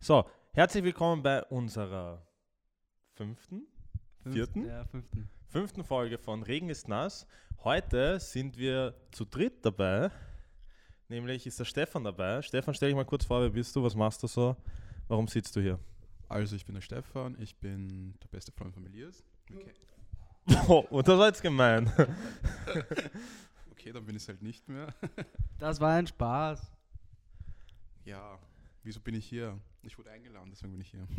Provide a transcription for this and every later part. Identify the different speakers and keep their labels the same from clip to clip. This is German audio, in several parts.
Speaker 1: So, herzlich willkommen bei unserer fünften,
Speaker 2: Fünft-
Speaker 1: Vierten?
Speaker 2: Ja, fünften.
Speaker 1: fünften Folge von Regen ist nass. Heute sind wir zu dritt dabei. Nämlich ist der Stefan dabei. Stefan, stell dich mal kurz vor, wer bist du? Was machst du so? Warum sitzt du hier?
Speaker 3: Also ich bin der Stefan, ich bin der beste Freund von Elias. Okay,
Speaker 1: Und das war jetzt gemein.
Speaker 3: okay dann bin ich es halt nicht mehr.
Speaker 2: Das war ein Spaß.
Speaker 3: Ja, wieso bin ich hier? Ich wurde eingeladen, deswegen bin ich hier.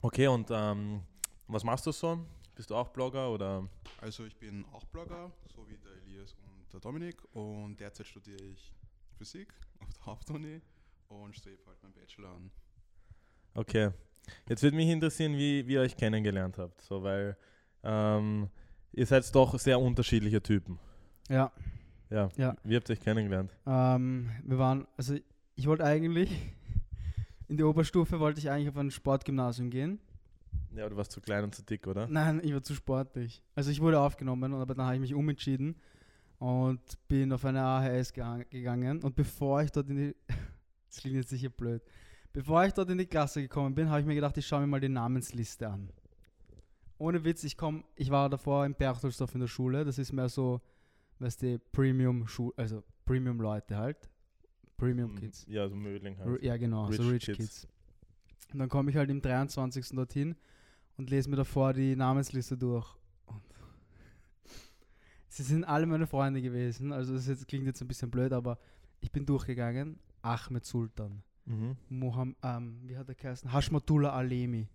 Speaker 1: Okay, und ähm, was machst du so? Bist du auch Blogger oder?
Speaker 3: Also ich bin auch Blogger, so wie der Elias und der Dominik. Und derzeit studiere ich Physik auf der Hauptuni und strebe halt meinen Bachelor an.
Speaker 1: Okay. Jetzt würde mich interessieren, wie, wie ihr euch kennengelernt habt. So, weil ähm, ihr seid doch sehr unterschiedliche Typen.
Speaker 2: Ja,
Speaker 1: Ja.
Speaker 2: Ja.
Speaker 1: Wie habt ihr euch kennengelernt?
Speaker 2: ähm, wir waren, also ich wollte eigentlich, in der Oberstufe wollte ich eigentlich auf ein Sportgymnasium gehen.
Speaker 1: Ja, du warst zu klein und zu dick, oder?
Speaker 2: Nein, ich war zu sportlich. Also ich wurde aufgenommen, aber dann habe ich mich umentschieden und bin auf eine AHS gehang- gegangen. Und bevor ich dort in die, das klingt jetzt sicher blöd, bevor ich dort in die Klasse gekommen bin, habe ich mir gedacht, ich schaue mir mal die Namensliste an. Ohne Witz, ich komme, ich war davor in Berchtesdorf in der Schule, das ist mehr so, weißt du, Premium-Schule, also Premium-Leute halt, Premium-Kids.
Speaker 1: Ja, also Mödling
Speaker 2: Ru-
Speaker 1: halt.
Speaker 2: Ja, genau, so
Speaker 1: Rich Kids.
Speaker 2: Rich Kids. Und dann komme ich halt im 23. dorthin und lese mir davor die Namensliste durch. Und sie sind alle meine Freunde gewesen, also das jetzt, klingt jetzt ein bisschen blöd, aber ich bin durchgegangen. Ahmed Sultan,
Speaker 1: Mhm.
Speaker 2: Moham, ähm, wie hat er geheißen? Hashmatullah Alemi.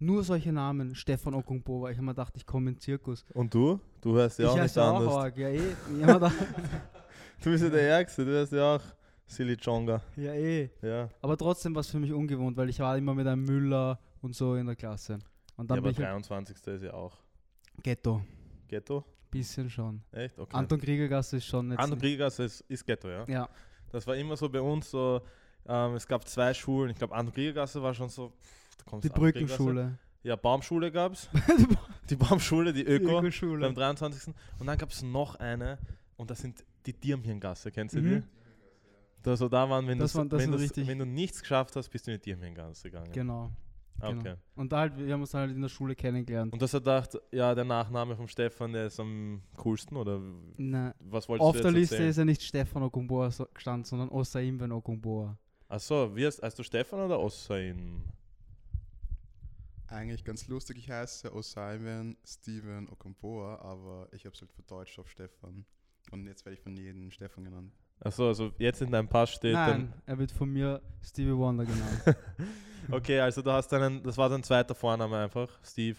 Speaker 2: Nur solche Namen, Stefan Okumpova. Ich habe mir gedacht, ich komme in den Zirkus.
Speaker 1: Und du? Du hörst ja auch nicht
Speaker 2: ich heiße
Speaker 1: anders.
Speaker 2: auch Org, ja eh. Ich hab mir gedacht,
Speaker 1: Du bist ja der Ärgste, du hörst ja auch Silly Jonga.
Speaker 2: ja eh.
Speaker 1: Ja.
Speaker 2: Aber trotzdem war es für mich ungewohnt, weil ich war immer mit einem Müller und so in der Klasse. Und
Speaker 1: ja,
Speaker 2: dann
Speaker 1: aber
Speaker 2: bin ich halt
Speaker 1: 23. ist ja auch
Speaker 2: Ghetto.
Speaker 1: Ghetto.
Speaker 2: Bisschen schon.
Speaker 1: Echt? Okay.
Speaker 2: Anton Kriegergasse ist schon jetzt.
Speaker 1: Anton Kriegergasse ist, ist Ghetto, ja?
Speaker 2: ja,
Speaker 1: Das war immer so bei uns so, ähm, es gab zwei Schulen. Ich glaube, Anton Kriegergasse war schon so, pff, da kommst
Speaker 2: die
Speaker 1: du Anton Kriegergasse.
Speaker 2: Brückenschule.
Speaker 1: Ja, Baumschule gab es. die Baumschule, die Öko,
Speaker 2: Die
Speaker 1: beim
Speaker 2: Ökoschule.
Speaker 1: 23. Und dann gab es noch eine und das sind die Dirmchengasse, kennst du
Speaker 2: Mhm.
Speaker 1: die? Also da waren, wenn,
Speaker 2: Das
Speaker 1: du's-
Speaker 2: waren- das
Speaker 1: wenn,
Speaker 2: sind
Speaker 1: du's-
Speaker 2: richtig-
Speaker 1: wenn du nichts geschafft hast, bist du in die Dirmchengasse gegangen.
Speaker 2: Genau.
Speaker 1: Ah,
Speaker 2: genau.
Speaker 1: Okay.
Speaker 2: Und da halt, wir haben uns dann halt in der Schule kennengelernt.
Speaker 1: Und dass er dachte, ja, der Nachname vom Stefan, der ist am coolsten oder
Speaker 2: Na,
Speaker 1: was wolltest
Speaker 2: auf
Speaker 1: du
Speaker 2: der
Speaker 1: jetzt
Speaker 2: Liste ist
Speaker 1: erzählen?
Speaker 2: ja nicht Stefan Okumboa so- gestanden, sondern Osaim Ben Okumboa.
Speaker 1: Achso, wie heißt, heißt du Stefan oder Ossain?
Speaker 3: Eigentlich ganz lustig, ich heiße O'Simon Steven Okampoa, aber ich habe es halt verdeutscht auf Stefan. Und jetzt werde ich von jedem Stefan genannt.
Speaker 1: Achso, also jetzt in deinem Pass steht
Speaker 2: Nein, er wird von mir Stevie Wonder genannt.
Speaker 1: dann. Okay, also du hast deinen, das war dein zweiter Vorname einfach, Steve.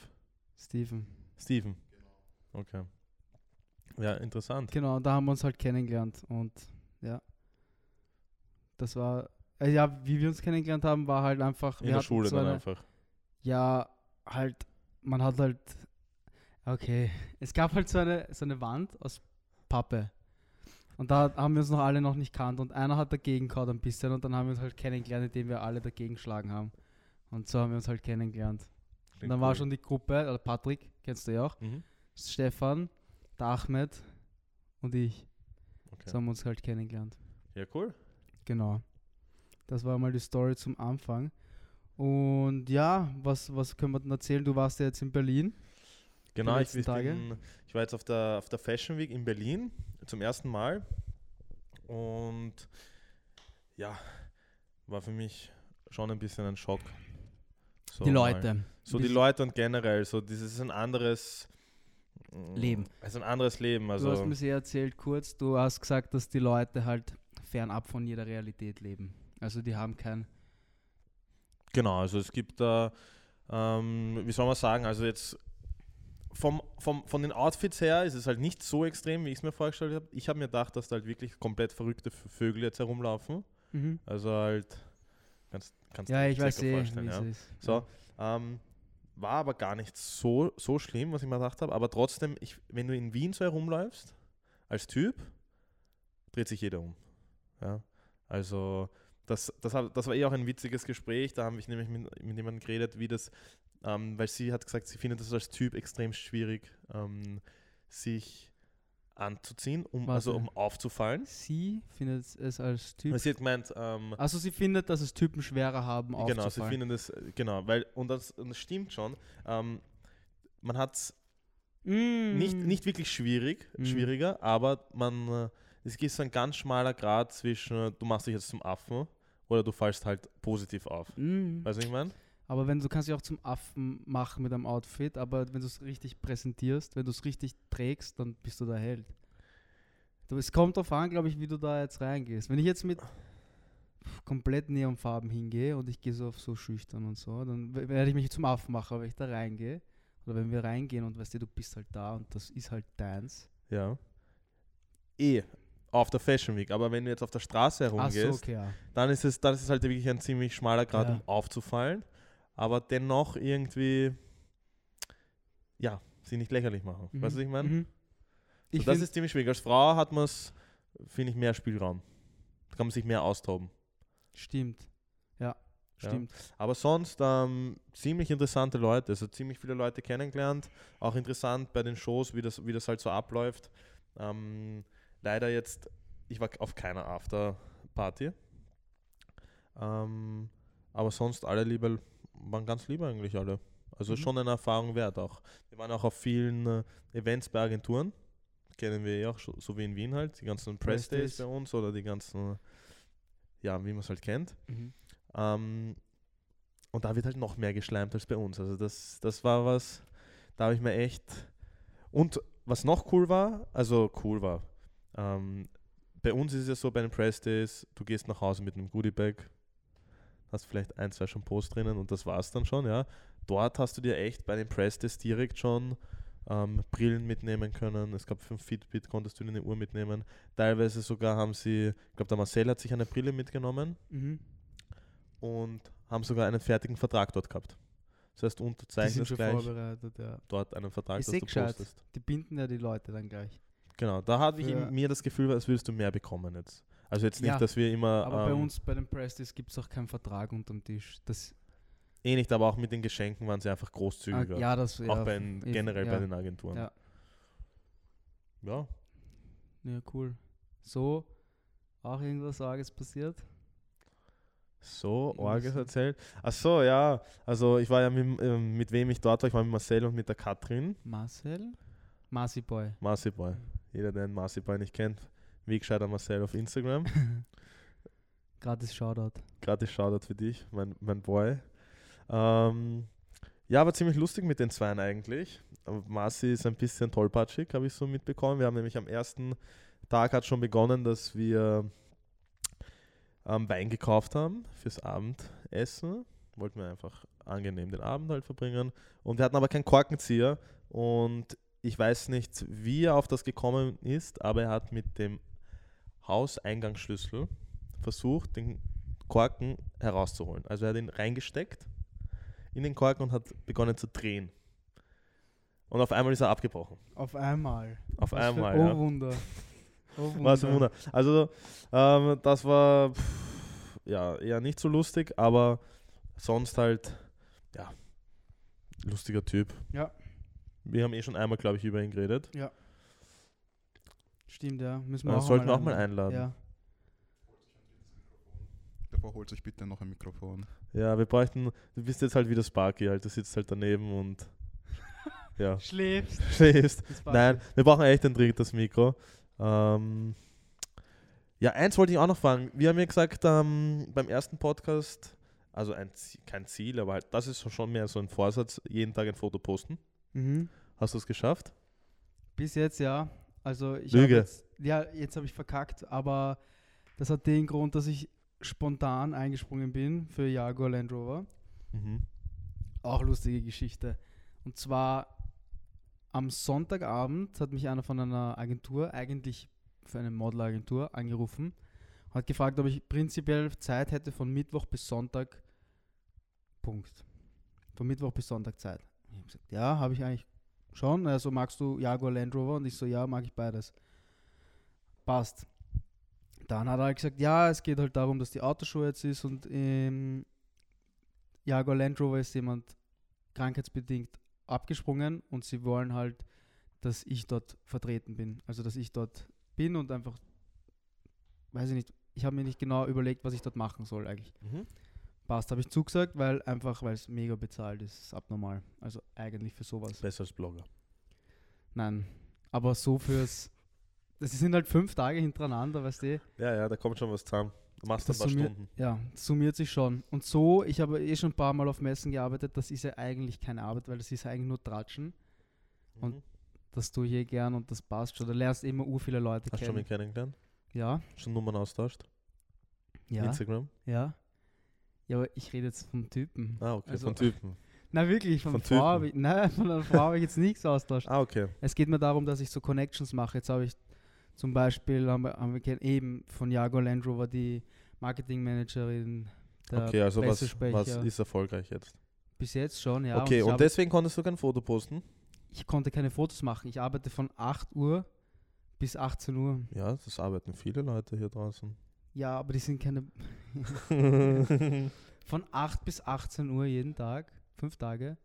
Speaker 2: Steven.
Speaker 1: Steven. Okay. Ja, interessant.
Speaker 2: Genau, da haben wir uns halt kennengelernt und ja. Das war, äh, ja, wie wir uns kennengelernt haben, war halt einfach.
Speaker 1: In
Speaker 2: wir
Speaker 1: der
Speaker 2: hatten
Speaker 1: Schule
Speaker 2: so
Speaker 1: dann
Speaker 2: eine-
Speaker 1: einfach.
Speaker 2: Ja, halt, man hat halt, okay, es gab halt so eine, so eine Wand aus Pappe. Und da haben wir uns noch alle noch nicht kannt und einer hat dagegen gehauen ein bisschen und dann haben wir uns halt kennengelernt, indem wir alle dagegen geschlagen haben. Und so haben wir uns halt kennengelernt. und
Speaker 1: Klingt
Speaker 2: dann war
Speaker 1: cool.
Speaker 2: schon die Gruppe, also Patrick, kennst du ja auch,
Speaker 1: Mhm.
Speaker 2: Stefan, der Ahmed und ich.
Speaker 1: Okay.
Speaker 2: So haben wir uns halt kennengelernt.
Speaker 1: Ja, cool.
Speaker 2: Genau. Das war mal die Story zum Anfang. Und ja, was, was können wir denn erzählen? Du warst ja jetzt in Berlin.
Speaker 1: Genau, ich,
Speaker 2: letzten
Speaker 1: ich,
Speaker 2: Tage?
Speaker 1: bin, ich war jetzt auf der, auf der Fashion Week in Berlin zum ersten Mal und ja, war für mich schon ein bisschen ein Schock. So
Speaker 2: die
Speaker 1: mal.
Speaker 2: Leute.
Speaker 1: So die
Speaker 2: Bis-
Speaker 1: Leute und generell, so dieses ist ein anderes mm,
Speaker 2: Leben.
Speaker 1: Also ein anderes Leben.
Speaker 2: du hast
Speaker 1: Also
Speaker 2: mir sehr erzählt, kurz, du hast gesagt, dass die Leute halt fernab von jeder Realität leben. Also die haben kein.
Speaker 1: Genau, also es gibt da, ähm, wie soll man sagen, also jetzt vom, vom, von den Outfits her ist es halt nicht so extrem, wie ich es mir vorgestellt habe. Ich habe mir gedacht, dass da halt wirklich komplett verrückte V- Vögel jetzt herumlaufen. Also halt, kannst, kannst
Speaker 2: Ja,
Speaker 1: dir
Speaker 2: ich
Speaker 1: sicher
Speaker 2: weiß eh,
Speaker 1: vorstellen,
Speaker 2: wie
Speaker 1: ja.
Speaker 2: es ist.
Speaker 1: So, ähm, war aber gar nicht so, so schlimm, was ich mir gedacht habe. Aber trotzdem, ich, wenn du in Wien so herumläufst, als Typ, dreht sich jeder um. Ja? Also, das, das, hab- das war eh auch ein witziges Gespräch. Da habe ich nämlich mit, mit jemandem geredet, wie das, ähm, weil sie hat gesagt, sie findet das als Typ extrem schwierig, ähm, sich anzuziehen, um,
Speaker 2: Warte.
Speaker 1: also um aufzufallen.
Speaker 2: Sie findet es als Typ.
Speaker 1: Weil sie hat gemeint, ähm,
Speaker 2: Also sie findet, dass es Typen schwerer haben,
Speaker 1: genau, sie
Speaker 2: Um aufzufallen.
Speaker 1: finden das, genau, weil, und das, und das stimmt schon, ähm, man hat es
Speaker 2: Mm.
Speaker 1: nicht, nicht wirklich schwierig,
Speaker 2: Mhm.
Speaker 1: schwieriger, aber man, äh, es ist so ein ganz schmaler Grad zwischen, äh, du machst dich jetzt zum Affen oder du fallst halt positiv auf.
Speaker 2: Mm.
Speaker 1: Weißt du, was ich meine?
Speaker 2: Aber wenn du kannst dich auch zum Affen machen mit einem Outfit, aber wenn du es richtig präsentierst, wenn du es richtig trägst, dann bist du der Held. Du, es kommt darauf an, glaube ich, wie du da jetzt reingehst. Wenn ich jetzt mit komplett Neonfarben hingehe und ich gehe so auf so schüchtern und so, dann we- werde ich mich zum Affen machen, wenn ich da reingehe. Oder wenn wir reingehen und weißt du, du bist halt da und das ist halt deins.
Speaker 1: Ja. Eh, auf der Fashion Week, aber wenn du jetzt auf der Straße
Speaker 2: Ach so,
Speaker 1: herumgehst,
Speaker 2: okay, ja.
Speaker 1: dann ist es, dann ist es halt wirklich ein ziemlich schmaler Grad,
Speaker 2: Ja.
Speaker 1: um aufzufallen, aber dennoch irgendwie, ja, sie nicht lächerlich machen. Weißt du, was ich meine?
Speaker 2: Mhm.
Speaker 1: So,
Speaker 2: Ich
Speaker 1: das
Speaker 2: find-
Speaker 1: ist ziemlich schwierig. Als Frau hat man es, finde ich, mehr Spielraum. Da kann man sich mehr austoben.
Speaker 2: Stimmt. Ja,
Speaker 1: Ja.
Speaker 2: stimmt.
Speaker 1: Aber sonst ähm, ziemlich interessante Leute, also ziemlich viele Leute kennengelernt. Auch interessant bei den Shows, wie das, wie das halt so abläuft. Ähm, leider jetzt, ich war auf keiner After-Party. Ähm, aber sonst alle lieber, waren ganz lieb eigentlich alle. Also
Speaker 2: Mhm.
Speaker 1: schon eine Erfahrung wert auch. Wir waren auch auf vielen äh, Events bei Agenturen. Kennen wir ja auch, so so wie in Wien halt. Die ganzen
Speaker 2: Press
Speaker 1: Press-Days
Speaker 2: Days.
Speaker 1: bei uns oder die ganzen, ja, wie man es halt kennt.
Speaker 2: Mhm.
Speaker 1: Ähm, und da wird halt noch mehr geschleimt als bei uns. Also das, das war was, da habe ich mir echt. Und was noch cool war, also cool war, ähm, bei uns ist es ja so, bei den Press Days, du gehst nach Hause mit einem Goodie Bag, hast vielleicht ein, zwei Shampoos drinnen und das war's dann schon, ja. Dort hast du dir echt bei den Press Days direkt schon ähm, Brillen mitnehmen können. Es gab fünf Fitbit, konntest du dir eine Uhr mitnehmen. Teilweise sogar haben sie, ich glaube, der Marcel hat sich eine Brille mitgenommen
Speaker 2: Mhm.
Speaker 1: und haben sogar einen fertigen Vertrag dort gehabt. Das heißt, du
Speaker 2: Die sind
Speaker 1: unterzeichnest
Speaker 2: schon
Speaker 1: gleich
Speaker 2: vorbereitet, ja.
Speaker 1: dort einen Vertrag,
Speaker 2: Ist
Speaker 1: dass
Speaker 2: eh
Speaker 1: du
Speaker 2: gescheit.
Speaker 1: postest.
Speaker 2: Die binden ja die Leute dann gleich.
Speaker 1: Genau, da hatte ich
Speaker 2: Für-
Speaker 1: im- mir das Gefühl, als würdest du mehr bekommen jetzt. Also jetzt nicht,
Speaker 2: Ja,
Speaker 1: dass wir immer
Speaker 2: Aber bei
Speaker 1: ähm,
Speaker 2: uns, bei den Prestes, gibt es auch keinen Vertrag unterm Tisch. Das,
Speaker 1: eh nicht, aber auch mit den Geschenken waren sie einfach
Speaker 2: ah,
Speaker 1: großzügiger.
Speaker 2: ja, das ja,
Speaker 1: auch bei den,
Speaker 2: ich-
Speaker 1: generell
Speaker 2: ja.
Speaker 1: bei den Agenturen.
Speaker 2: Ja.
Speaker 1: ja.
Speaker 2: Ja, cool. So, auch irgendwas Arges passiert?
Speaker 1: So,
Speaker 2: Irgendwas
Speaker 1: Orges
Speaker 2: so.
Speaker 1: erzählt. Ach so, ja. Also ich war ja mit, ähm, mit wem ich dort war, ich war mit Marcel und mit der Katrin.
Speaker 2: Marcel? Marci Boy.
Speaker 1: Marziboy. Jeder, der den Marziboy nicht kennt, wie gescheit an Marcel auf Instagram.
Speaker 2: Gratis Shoutout.
Speaker 1: Gratis Shoutout für dich, mein, mein Boy. Ähm, ja, war ziemlich lustig mit den Zweien eigentlich. Aber Marci ist ein bisschen tollpatschig, habe ich so mitbekommen. Wir haben nämlich am ersten Tag hat schon begonnen, dass wir ähm, Wein gekauft haben fürs Abendessen. Wollten wir einfach angenehm den Abend halt verbringen. Und wir hatten aber keinen Korkenzieher. Und ich weiß nicht, wie er auf das gekommen ist, aber er hat mit dem Hauseingangsschlüssel versucht, den Korken herauszuholen. Also er hat ihn reingesteckt in den Korken und hat begonnen zu drehen. Und auf einmal ist er abgebrochen.
Speaker 2: Auf einmal.
Speaker 1: Auf
Speaker 2: Was für-
Speaker 1: einmal.
Speaker 2: Oh,
Speaker 1: ja.
Speaker 2: Wunder. Oh, Wunder.
Speaker 1: Was ein Wunder. Also, ähm, das war pff, ja eher nicht so lustig, aber sonst halt, ja, lustiger Typ.
Speaker 2: Ja.
Speaker 1: Wir haben eh schon einmal, glaube ich, über ihn geredet.
Speaker 2: Stimmt, ja. Müssen wir
Speaker 1: Äh,
Speaker 2: auch
Speaker 1: sollten wir auch mal
Speaker 2: einmal
Speaker 1: einladen.
Speaker 2: Ja.
Speaker 3: Davor holt sich bitte noch ein Mikrofon.
Speaker 1: Ja, wir bräuchten, du bist jetzt halt wieder Sparky, halt, du sitzt halt daneben und ja,
Speaker 2: Schläfst.
Speaker 1: schläfst.
Speaker 2: Das war-
Speaker 1: Nein, wir brauchen echt ein drittes Mikro. Ähm, ja, eins wollte ich auch noch fragen. Wir haben ja gesagt, ähm, beim ersten Podcast, also ein, Z- kein Ziel, aber halt, das ist so schon mehr so ein Vorsatz, jeden Tag ein Foto posten.
Speaker 2: Mhm.
Speaker 1: Hast du es geschafft?
Speaker 2: Bis jetzt ja. Also ich
Speaker 1: Lüge.
Speaker 2: hab Jetzt, ja, jetzt habe ich verkackt, aber das hat den Grund, dass ich spontan eingesprungen bin für Jaguar Land Rover.
Speaker 1: Mhm.
Speaker 2: Auch lustige Geschichte. Und zwar am Sonntagabend hat mich einer von einer Agentur, eigentlich für eine Modelagentur, angerufen. Hat gefragt, ob ich prinzipiell Zeit hätte von Mittwoch bis Sonntag. Punkt. Von Mittwoch bis Sonntag Zeit. Ich habe gesagt, ja, habe ich eigentlich schon. Also magst du Jaguar Land Rover? Und ich so, ja, mag ich beides. Passt. Dann hat er halt gesagt, ja, es geht halt darum, dass die Autoshow jetzt ist und ähm, Jaguar Land Rover ist jemand krankheitsbedingt abgesprungen und sie wollen halt dass ich dort vertreten bin. Also dass ich dort bin und einfach, weiß ich nicht, ich habe mir nicht genau überlegt, was ich dort machen soll eigentlich.
Speaker 1: Mhm.
Speaker 2: Passt, habe ich zugesagt, weil einfach, weil es mega bezahlt ist, ist abnormal. Also eigentlich für sowas.
Speaker 1: Besser als Blogger.
Speaker 2: Nein, aber so fürs, das sind halt fünf Tage hintereinander, weißt du.
Speaker 1: Ja, ja, da kommt schon was zusammen. Du machst ein
Speaker 2: Das
Speaker 1: paar
Speaker 2: summiert-
Speaker 1: Stunden.
Speaker 2: Ja, summiert sich schon. Und so, ich habe eh schon ein paar Mal auf Messen gearbeitet, das ist ja eigentlich keine Arbeit, weil das ist ja eigentlich nur Tratschen. Und
Speaker 1: Mhm.
Speaker 2: Das tue ich eh gern und das passt schon. Du lernst immer ur viele Leute
Speaker 1: Hast du schon
Speaker 2: kennen.
Speaker 1: mit kennengelernt?
Speaker 2: ja,
Speaker 1: Schon Nummern austauscht?
Speaker 2: ja,
Speaker 1: Instagram?
Speaker 2: ja. Ja, aber ich rede jetzt vom Typen.
Speaker 1: Ah, okay,
Speaker 2: Also-
Speaker 1: von Typen.
Speaker 2: Na wirklich, von,
Speaker 1: Von
Speaker 2: Frau
Speaker 1: Typen.
Speaker 2: habe ich, nein, von einer Frau habe ich jetzt nichts austauscht.
Speaker 1: Ah, okay.
Speaker 2: Es geht mir darum, dass ich so Connections mache. Jetzt habe ich zum Beispiel, haben wir, haben wir kenn- eben von Jago Land Rover die Marketingmanagerin. der
Speaker 1: Okay, also was, was
Speaker 2: Pressesprecher.
Speaker 1: ist erfolgreich jetzt?
Speaker 2: Bis jetzt schon, ja.
Speaker 1: okay,
Speaker 2: ich
Speaker 1: und
Speaker 2: habe-
Speaker 1: deswegen konntest du kein Foto posten?
Speaker 2: ich konnte keine Fotos machen. Ich arbeite von 8 Uhr bis 18 Uhr.
Speaker 1: Ja, das arbeiten viele Leute hier draußen.
Speaker 2: Ja, aber die sind keine. Von 8 bis 18 Uhr jeden Tag, fünf Tage.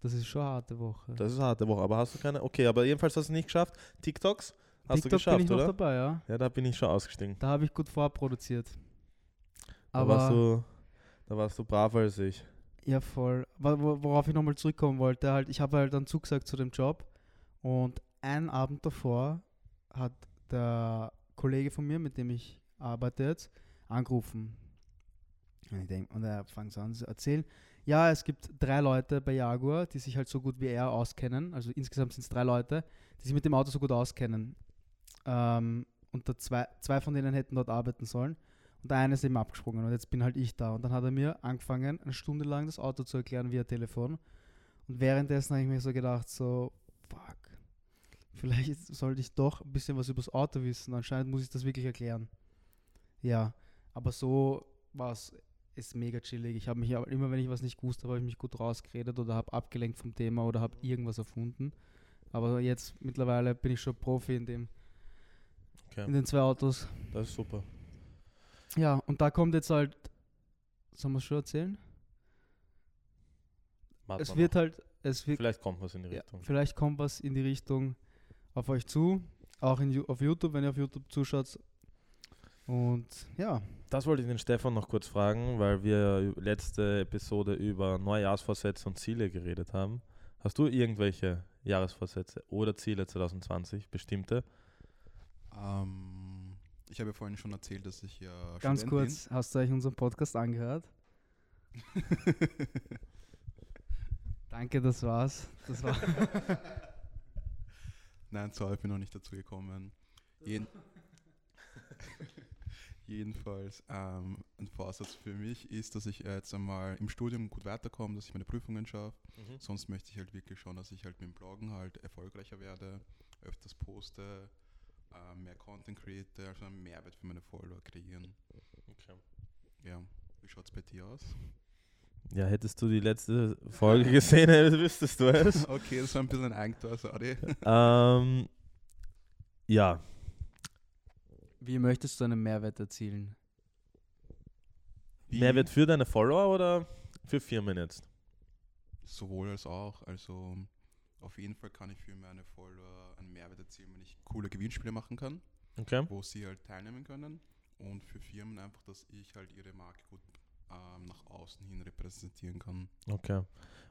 Speaker 2: Das ist schon eine harte Woche.
Speaker 1: das ist eine harte Woche, aber hast du keine? Okay, aber jedenfalls hast du nicht geschafft. TikToks hast
Speaker 2: TikTok
Speaker 1: du
Speaker 2: bin
Speaker 1: geschafft,
Speaker 2: ich noch
Speaker 1: oder?
Speaker 2: dabei, ja.
Speaker 1: Ja, da bin ich schon ausgestiegen.
Speaker 2: Da habe ich gut vorproduziert.
Speaker 1: Da
Speaker 2: Aber
Speaker 1: warst du, da warst du braver als ich.
Speaker 2: ja voll. Wa- wo- Worauf ich nochmal zurückkommen wollte, halt, ich habe halt dann zugesagt zu dem Job und einen Abend davor hat der Kollege von mir, mit dem ich arbeite jetzt, angerufen. Und ich denke, und er fängt so an zu erzählen. Ja, es gibt drei Leute bei Jaguar, die sich halt so gut wie er auskennen. Also insgesamt sind es drei Leute, die sich mit dem Auto so gut auskennen. Ähm, und der zwei, zwei von denen hätten dort arbeiten sollen. Und der eine ist eben abgesprungen und jetzt bin halt ich da. Und dann hat er mir angefangen, eine Stunde lang das Auto zu erklären via Telefon. Und währenddessen habe ich mir so gedacht, so, fuck, vielleicht sollte ich doch ein bisschen was über das Auto wissen. Anscheinend muss ich das wirklich erklären. Ja, aber so war es, ist mega chillig. Ich habe mich aber immer, wenn ich was nicht gewusst habe, habe ich mich gut rausgeredet oder habe abgelenkt vom Thema oder habe irgendwas erfunden. Aber jetzt mittlerweile bin ich schon Profi in dem,
Speaker 1: Okay.
Speaker 2: in den zwei Autos.
Speaker 1: Das ist super.
Speaker 2: Ja, und da kommt jetzt halt, sollen wir es schon erzählen?
Speaker 1: Warte
Speaker 2: es
Speaker 1: mal
Speaker 2: wird
Speaker 1: noch.
Speaker 2: halt, es wird,
Speaker 1: Vielleicht kommt was in die
Speaker 2: ja,
Speaker 1: Richtung.
Speaker 2: vielleicht kommt was in die Richtung auf euch zu, auch in, Ju- auf YouTube, wenn ihr auf YouTube zuschaut. Und ja,
Speaker 1: Das wollte ich den Stefan noch kurz fragen, weil wir letzte Episode über Neujahrsvorsätze und Ziele geredet haben. Hast du irgendwelche Jahresvorsätze oder Ziele 2020, bestimmte?
Speaker 3: Ähm, ich habe ja vorhin schon erzählt, dass ich ja.
Speaker 2: ganz
Speaker 3: Student
Speaker 2: kurz, hast du euch unseren Podcast angehört?
Speaker 3: Bin.
Speaker 2: Danke, das war's. Das war
Speaker 3: Nein, so ich bin noch nicht dazu gekommen. Jeden Jedenfalls, ähm, ein Vorsatz für mich ist, dass ich äh, jetzt einmal im Studium gut weiterkomme, dass ich meine Prüfungen schaffe.
Speaker 2: Mhm.
Speaker 3: Sonst möchte ich halt wirklich schauen, dass ich halt mit dem Bloggen halt erfolgreicher werde, öfters poste, äh, mehr Content create, also einen Mehrwert für meine Follower kreieren.
Speaker 1: Okay.
Speaker 3: Ja, wie schaut es bei dir aus?
Speaker 1: Ja, hättest du die letzte Folge gesehen, wüsstest du es.
Speaker 3: okay, das war ein bisschen ein Eigentor, sorry.
Speaker 1: ähm, ja,
Speaker 2: Wie möchtest du einen Mehrwert erzielen?
Speaker 3: Wie-
Speaker 1: Mehrwert für deine Follower oder für Firmen jetzt?
Speaker 3: Sowohl als auch. Also auf jeden Fall kann ich für meine Follower einen Mehrwert erzielen, wenn ich coole Gewinnspiele machen kann,
Speaker 1: Okay.
Speaker 3: wo sie halt teilnehmen können. Und für Firmen einfach, dass ich halt ihre Marke gut ähm, nach außen hin repräsentieren kann.
Speaker 1: Okay.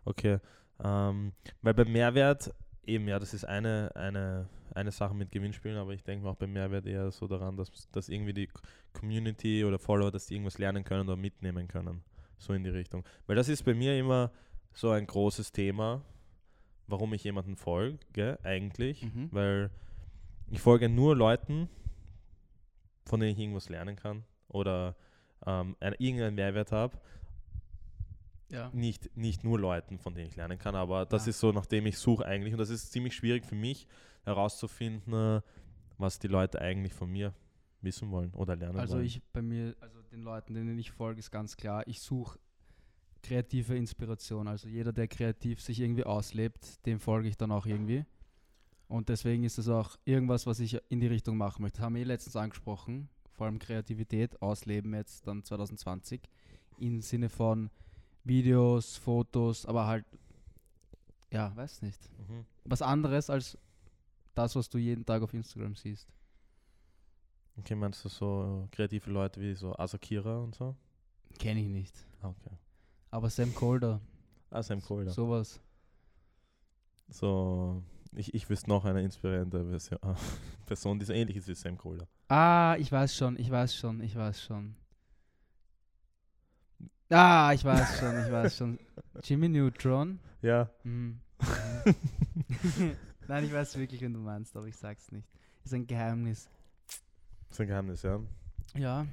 Speaker 1: Okay. Ähm, weil beim Mehrwert, eben ja, das ist eine, eine, eine Sache mit Gewinnspielen, aber ich denke auch beim Mehrwert eher so daran, dass, dass irgendwie die Community oder Follower, dass die irgendwas lernen können oder mitnehmen können. So in die Richtung. Weil das ist bei mir immer so ein großes Thema, warum ich jemanden folge, eigentlich.
Speaker 3: Mhm.
Speaker 1: Weil ich folge nur Leuten, von denen ich irgendwas lernen kann oder ähm, ein- irgendeinen Mehrwert habe
Speaker 2: Ja.
Speaker 1: nicht, nicht nur Leuten, von denen ich lernen kann, aber das
Speaker 2: Ja.
Speaker 1: ist so, nachdem ich suche eigentlich, und das ist ziemlich schwierig für mich herauszufinden, äh, was die Leute eigentlich von mir wissen wollen oder lernen
Speaker 2: Also
Speaker 1: wollen.
Speaker 2: ich bei mir, also den Leuten, denen ich folge, ist ganz klar, ich suche kreative Inspiration. Also jeder, der kreativ sich irgendwie auslebt, dem folge ich dann auch irgendwie. Und deswegen ist das auch irgendwas, was ich in die Richtung machen möchte. Das haben wir eh letztens angesprochen. Vor allem Kreativität, Ausleben jetzt dann 2020. Im Sinne von Videos, Fotos, aber halt, ja, weiß nicht.
Speaker 1: mhm.
Speaker 2: Was anderes als das, was du jeden Tag auf Instagram siehst.
Speaker 1: Okay, meinst du so kreative Leute wie so Asakira und so?
Speaker 2: Kenne ich nicht.
Speaker 1: Ah, Okay.
Speaker 2: Aber Sam Colder,
Speaker 1: Ah, Sam Colder. So.
Speaker 2: sowas.
Speaker 1: ich, ich wüsste noch eine inspirierende Version, Person, die so ähnlich ist wie Sam Colder.
Speaker 2: Ah, ich weiß schon, ich weiß schon, ich weiß schon. Ah, ich weiß schon, ich weiß schon. Jimmy Neutron.
Speaker 1: Ja.
Speaker 2: Mhm. Nein, ich weiß wirklich, wen du meinst, aber ich sag's nicht. Ist ein Geheimnis.
Speaker 1: ist ein Geheimnis, ja.
Speaker 2: Ja.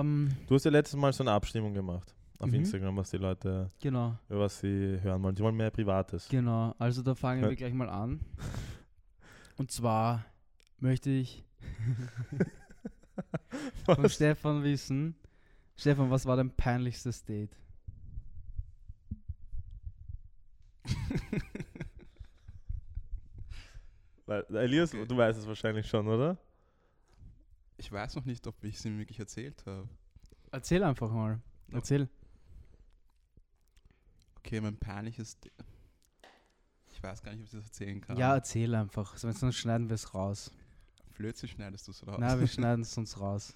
Speaker 2: Ähm,
Speaker 1: Du hast ja letztes Mal so eine Abstimmung gemacht auf
Speaker 2: Mhm.
Speaker 1: Instagram, was die Leute,
Speaker 2: genau,
Speaker 1: über was sie hören wollen. Die wollen mehr Privates.
Speaker 2: genau. Also da fangen
Speaker 1: Ja.
Speaker 2: wir gleich mal an. Und zwar möchte ich von
Speaker 1: Was?
Speaker 2: Stefan wissen. Stefan, was war dein peinlichstes Date?
Speaker 1: Weil- Elias,
Speaker 3: Okay.
Speaker 1: du weißt es wahrscheinlich schon, oder?
Speaker 3: Ich weiß noch nicht, ob ich es ihm wirklich erzählt habe.
Speaker 2: Erzähl einfach mal.
Speaker 3: Ja.
Speaker 2: Erzähl.
Speaker 3: Okay, mein peinliches. D ich weiß gar nicht, ob ich das erzählen kann.
Speaker 2: Ja, erzähl einfach. Sonst sonst schneiden wir es raus.
Speaker 3: Blödsinn schneidest du es raus.
Speaker 2: Na, wir schneiden es uns raus.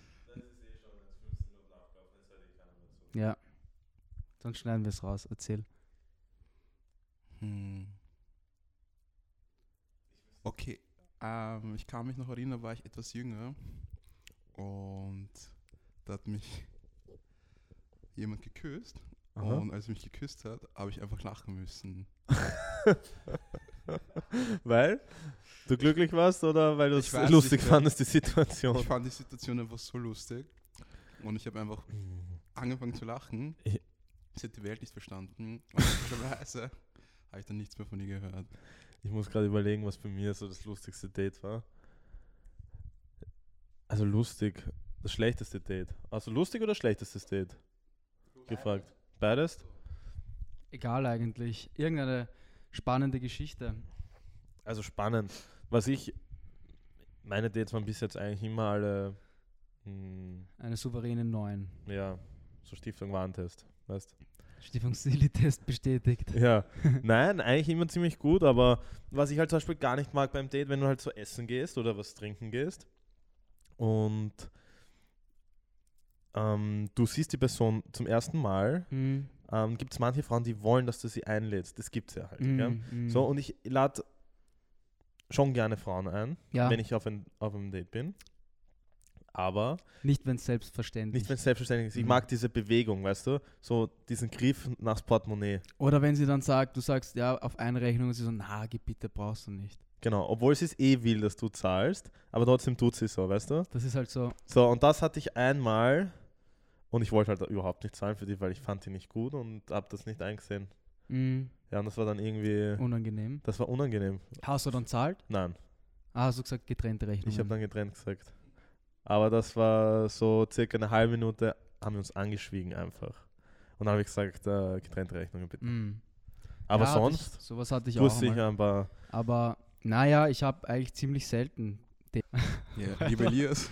Speaker 2: Ja. Dann schneiden wir es raus. Erzähl.
Speaker 3: Hm. Okay, ähm, ich kann mich noch erinnern, war ich etwas jünger und da hat mich jemand geküsst
Speaker 2: Oh.
Speaker 1: Aha.
Speaker 3: und als er mich geküsst hat, habe ich einfach lachen müssen.
Speaker 1: Weil du glücklich warst oder weil du
Speaker 3: Ich
Speaker 1: es
Speaker 3: weiß
Speaker 1: lustig
Speaker 3: nicht mehr.
Speaker 1: fandest, die
Speaker 3: Ich
Speaker 1: Situation?
Speaker 3: fand die Situation einfach so lustig und ich habe einfach angefangen zu lachen.
Speaker 1: Ich-
Speaker 3: Sie hat die Welt nicht verstanden und möglicherweise habe ich dann nichts mehr von ihr gehört.
Speaker 1: Ich muss gerade überlegen, was bei mir so das lustigste Date war. Also lustig, das schlechteste Date. Also lustig oder schlechtestes Date? Gefragt. Beides?
Speaker 2: Egal eigentlich. Irgendeine spannende Geschichte.
Speaker 1: Also spannend. Was ich, meine Dates waren bis jetzt eigentlich immer alle, hm,
Speaker 2: Eine souveräne 9.
Speaker 1: ja, so Stiftung Warentest, weißt
Speaker 2: Stiftung Silly-Test bestätigt.
Speaker 1: Ja, nein, eigentlich immer ziemlich gut, aber was ich halt zum Beispiel gar nicht mag beim Date, wenn du halt so essen gehst oder was trinken gehst und ähm, du siehst die Person zum ersten Mal,
Speaker 2: Mhm.
Speaker 1: ähm, gibt es manche Frauen, die wollen, dass du sie einlädst. Das gibt es ja halt. Gell?
Speaker 2: Mhm, mhm.
Speaker 1: So, und ich lade schon gerne Frauen ein,
Speaker 2: ja,
Speaker 1: wenn ich auf, ein, auf einem Date bin. Aber
Speaker 2: nicht wenn es selbstverständlich
Speaker 1: nicht, wenn es selbstverständlich ist. Ich
Speaker 2: Mhm.
Speaker 1: mag diese Bewegung, weißt du? So diesen Griff nachs Portemonnaie.
Speaker 2: Oder wenn sie dann sagt, du sagst ja auf eine Rechnung und sie so, na, gib bitte, brauchst du nicht.
Speaker 1: Genau, obwohl sie es eh will, dass du zahlst, aber trotzdem tut sie es so, weißt du?
Speaker 2: Das ist halt so,
Speaker 1: So, und das hatte ich einmal und ich wollte halt überhaupt nicht zahlen für die, weil ich fand die nicht gut und habe das nicht eingesehen.
Speaker 2: mm,
Speaker 1: Ja, und das war dann irgendwie,
Speaker 2: unangenehm.
Speaker 1: das war unangenehm.
Speaker 2: Hast du dann zahlt?
Speaker 1: Nein,
Speaker 2: Ah, hast du gesagt, getrennte Rechnung.
Speaker 1: ich habe dann getrennt gesagt. Aber das war so circa eine halbe Minute, haben wir uns angeschwiegen einfach. Und dann habe ich gesagt, äh, getrennte Rechnungen bitte.
Speaker 2: Mm.
Speaker 1: Aber
Speaker 2: Ja, hatte
Speaker 1: sonst,
Speaker 2: Ich, sowas hatte ich
Speaker 1: du
Speaker 2: auch.
Speaker 1: hast
Speaker 2: einmal.
Speaker 1: sicher ein paar.
Speaker 2: Aber naja, ich habe eigentlich ziemlich selten.
Speaker 3: Ja, lieber Elias,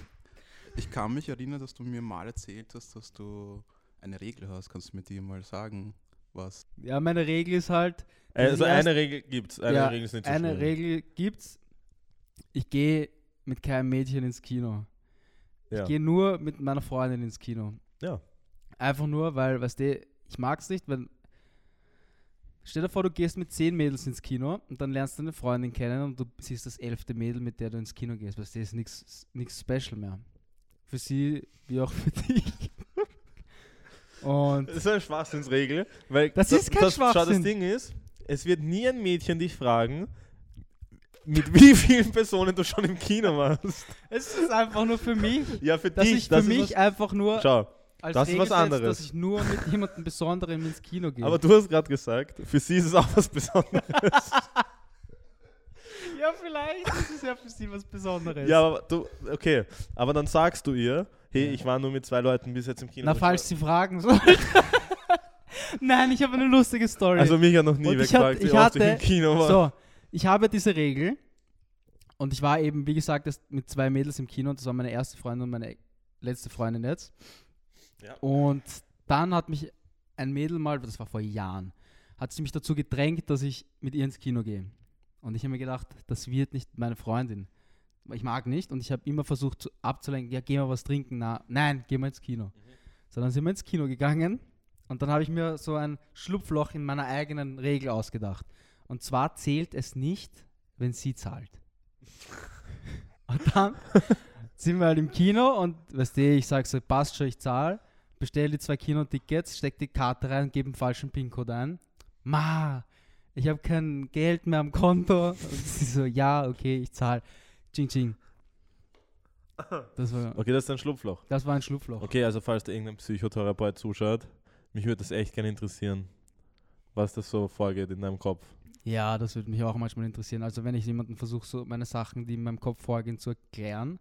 Speaker 3: ich kann mich erinnern, dass du mir mal erzählt hast, dass du eine Regel hast. Kannst du mir die mal sagen, was?
Speaker 2: Ja, meine Regel ist halt, Das
Speaker 1: Also
Speaker 2: ist erst-
Speaker 1: eine Regel gibt's, eine
Speaker 2: Ja,
Speaker 1: Regel ist nicht zu
Speaker 2: eine
Speaker 1: spielen.
Speaker 2: Regel gibt's. Ich gehe mit keinem Mädchen ins Kino.
Speaker 1: Ja.
Speaker 2: Ich gehe nur mit meiner Freundin ins Kino.
Speaker 1: Ja.
Speaker 2: Einfach nur, weil, weißt du, ich mag's nicht, wenn. Stell dir vor, du gehst mit zehn Mädels ins Kino und dann lernst du eine Freundin kennen und du siehst das elfte Mädel, mit der du ins Kino gehst. Weißt du, ist nichts special mehr. Für sie wie auch für dich. Und
Speaker 1: Das ist eine Schwachsinnsregel, weil
Speaker 2: Das ist kein
Speaker 1: Schau, das
Speaker 2: Schwachsinn.
Speaker 1: Ding ist, es wird nie ein Mädchen dich fragen, mit wie vielen Personen du schon im Kino warst.
Speaker 2: es ist einfach nur für mich,
Speaker 1: Ja, für
Speaker 2: dass
Speaker 1: dich.
Speaker 2: ich für
Speaker 1: das
Speaker 2: mich
Speaker 1: Ist
Speaker 2: einfach
Speaker 1: was,
Speaker 2: nur
Speaker 1: schau,
Speaker 2: als
Speaker 1: das ist
Speaker 2: Regel
Speaker 1: was
Speaker 2: setze,
Speaker 1: anderes.
Speaker 2: dass ich nur mit jemandem Besonderem ins Kino gehe.
Speaker 1: aber du hast gerade gesagt, für sie ist es auch was Besonderes.
Speaker 2: ja, vielleicht ist es ja für sie was Besonderes.
Speaker 1: ja, aber du, okay. Aber dann sagst du ihr, hey, ich war nur mit zwei Leuten bis jetzt im Kino.
Speaker 2: Na,
Speaker 1: Das
Speaker 2: falls sie fragen sollte. Nein, ich habe eine lustige
Speaker 1: war-
Speaker 2: Story.
Speaker 1: Also mich hat noch nie
Speaker 2: Und
Speaker 1: wer
Speaker 2: ich hat-
Speaker 1: gefragt,
Speaker 2: ich
Speaker 1: wie oft ich
Speaker 2: hatte-
Speaker 1: im Kino war.
Speaker 2: so, ich habe diese Regel und ich war eben, wie gesagt, erst mit zwei Mädels im Kino. Das war meine erste Freundin und meine letzte Freundin jetzt.
Speaker 1: Ja.
Speaker 2: Und dann hat mich ein Mädel mal, das war vor Jahren, hat sie mich dazu gedrängt, dass ich mit ihr ins Kino gehe. Und Und ich habe mir gedacht, das wird nicht meine Freundin. Ich mag nicht und ich habe immer versucht zu- abzulenken, ja, gehen wir was trinken. Na, nein, gehen wir ins Kino.
Speaker 1: Mhm.
Speaker 2: Sondern sind wir ins Kino gegangen und dann habe ich mir so ein Schlupfloch in meiner eigenen Regel ausgedacht. Und zwar zählt es nicht, wenn sie zahlt. Und dann sind wir halt im Kino und weißt du, ich sage so, passt schon, ich zahle, bestelle die zwei Kinotickets, steck die Karte rein, gebe einen falschen PIN-Code ein. Ma, ich habe kein Geld mehr am Konto. Und sie so, ja, okay, ich zahle. Ching, ching. Das war,
Speaker 1: Okay, das ist ein Schlupfloch.
Speaker 2: das war ein Schlupfloch.
Speaker 1: Okay, also falls da irgendein Psychotherapeut zuschaut, mich würde das echt gerne interessieren, was das so vorgeht in deinem Kopf.
Speaker 2: Ja, das würde mich auch manchmal interessieren. Also wenn ich jemanden versuche, so meine Sachen, die in meinem Kopf vorgehen, zu erklären,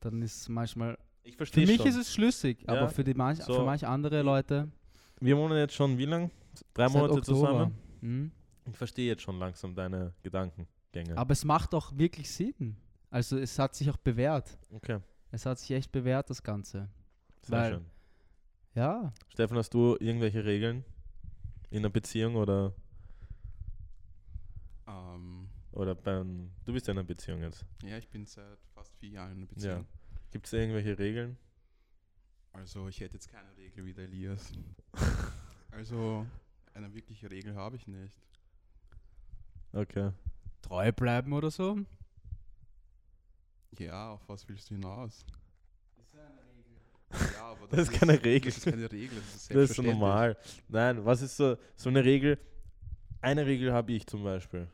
Speaker 2: dann ist manchmal...
Speaker 1: Ich
Speaker 2: Für
Speaker 1: Mhm. verstehe
Speaker 2: mich
Speaker 1: schon.
Speaker 2: ist es schlüssig,
Speaker 1: Ja,
Speaker 2: aber für, die manch,
Speaker 1: so.
Speaker 2: für manche andere Leute...
Speaker 1: Wir wohnen jetzt schon wie lang? Drei
Speaker 2: seit
Speaker 1: Monate
Speaker 2: Oktober.
Speaker 1: zusammen.
Speaker 2: Mhm.
Speaker 1: Ich verstehe jetzt schon langsam deine Gedankengänge.
Speaker 2: Aber es macht auch wirklich Sinn. Also es hat sich auch bewährt.
Speaker 1: Okay,
Speaker 2: Es hat sich echt bewährt, das Ganze.
Speaker 1: sehr
Speaker 2: Weil-
Speaker 1: schön.
Speaker 2: Ja.
Speaker 1: Stefan, hast du irgendwelche Regeln in einer Beziehung oder,
Speaker 3: Ähm,
Speaker 1: oder beim. Du bist ja in einer Beziehung jetzt.
Speaker 3: ja, ich bin seit fast vier Jahren in einer Beziehung.
Speaker 1: Gibt es irgendwelche Regeln?
Speaker 3: Also ich hätte jetzt keine Regel wie der Elias. also eine wirkliche Regel habe ich nicht.
Speaker 1: Okay.
Speaker 2: Treu bleiben oder so.
Speaker 3: Ja, auf was willst du hinaus? Ja, aber
Speaker 1: Das ist keine Regel.
Speaker 3: Das ist keine Regel, das ist
Speaker 1: Das ist so
Speaker 3: selbstverständlich.
Speaker 1: normal. Nein, was ist so, so eine Regel? Eine Regel habe ich zum Beispiel.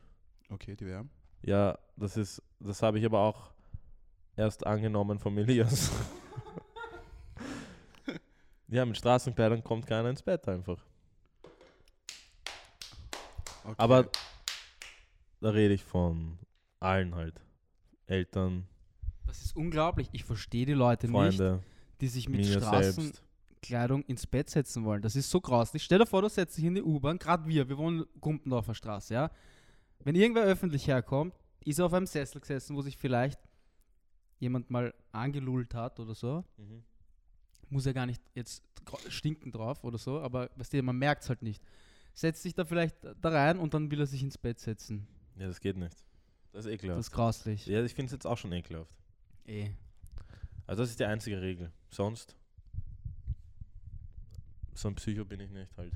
Speaker 3: Okay, die wäre.
Speaker 1: Ja, das ist, das habe ich aber auch erst angenommen von Elias. ja, mit Straßenkleidern kommt keiner ins Bett einfach.
Speaker 3: Okay.
Speaker 1: Aber da rede ich von allen halt. Eltern,
Speaker 2: Das ist unglaublich. Ich verstehe die Leute nicht,
Speaker 1: Freunde,
Speaker 2: die sich mit
Speaker 1: mir
Speaker 2: Straßen...
Speaker 1: selbst.
Speaker 2: Kleidung ins Bett setzen wollen. Das ist so grauslich. Stell dir vor, du setzt dich in die U-Bahn, gerade wir, wir wohnen Gumpendorfer Straße, ja. Wenn irgendwer öffentlich herkommt, ist er auf einem Sessel gesessen, wo sich vielleicht jemand mal angelullt hat oder so.
Speaker 1: Mhm.
Speaker 2: Muss ja gar nicht jetzt gra- stinken drauf oder so, aber weißt du, man merkt es halt nicht. Setzt sich da vielleicht da rein und dann will er sich ins Bett setzen.
Speaker 1: Ja, das geht nicht. Das ist ekelhaft.
Speaker 2: Das ist grauslich.
Speaker 1: ja, ich finde es jetzt auch schon ekelhaft.
Speaker 2: Eh.
Speaker 1: Also das ist die einzige Regel. Sonst so ein Psycho bin ich nicht halt.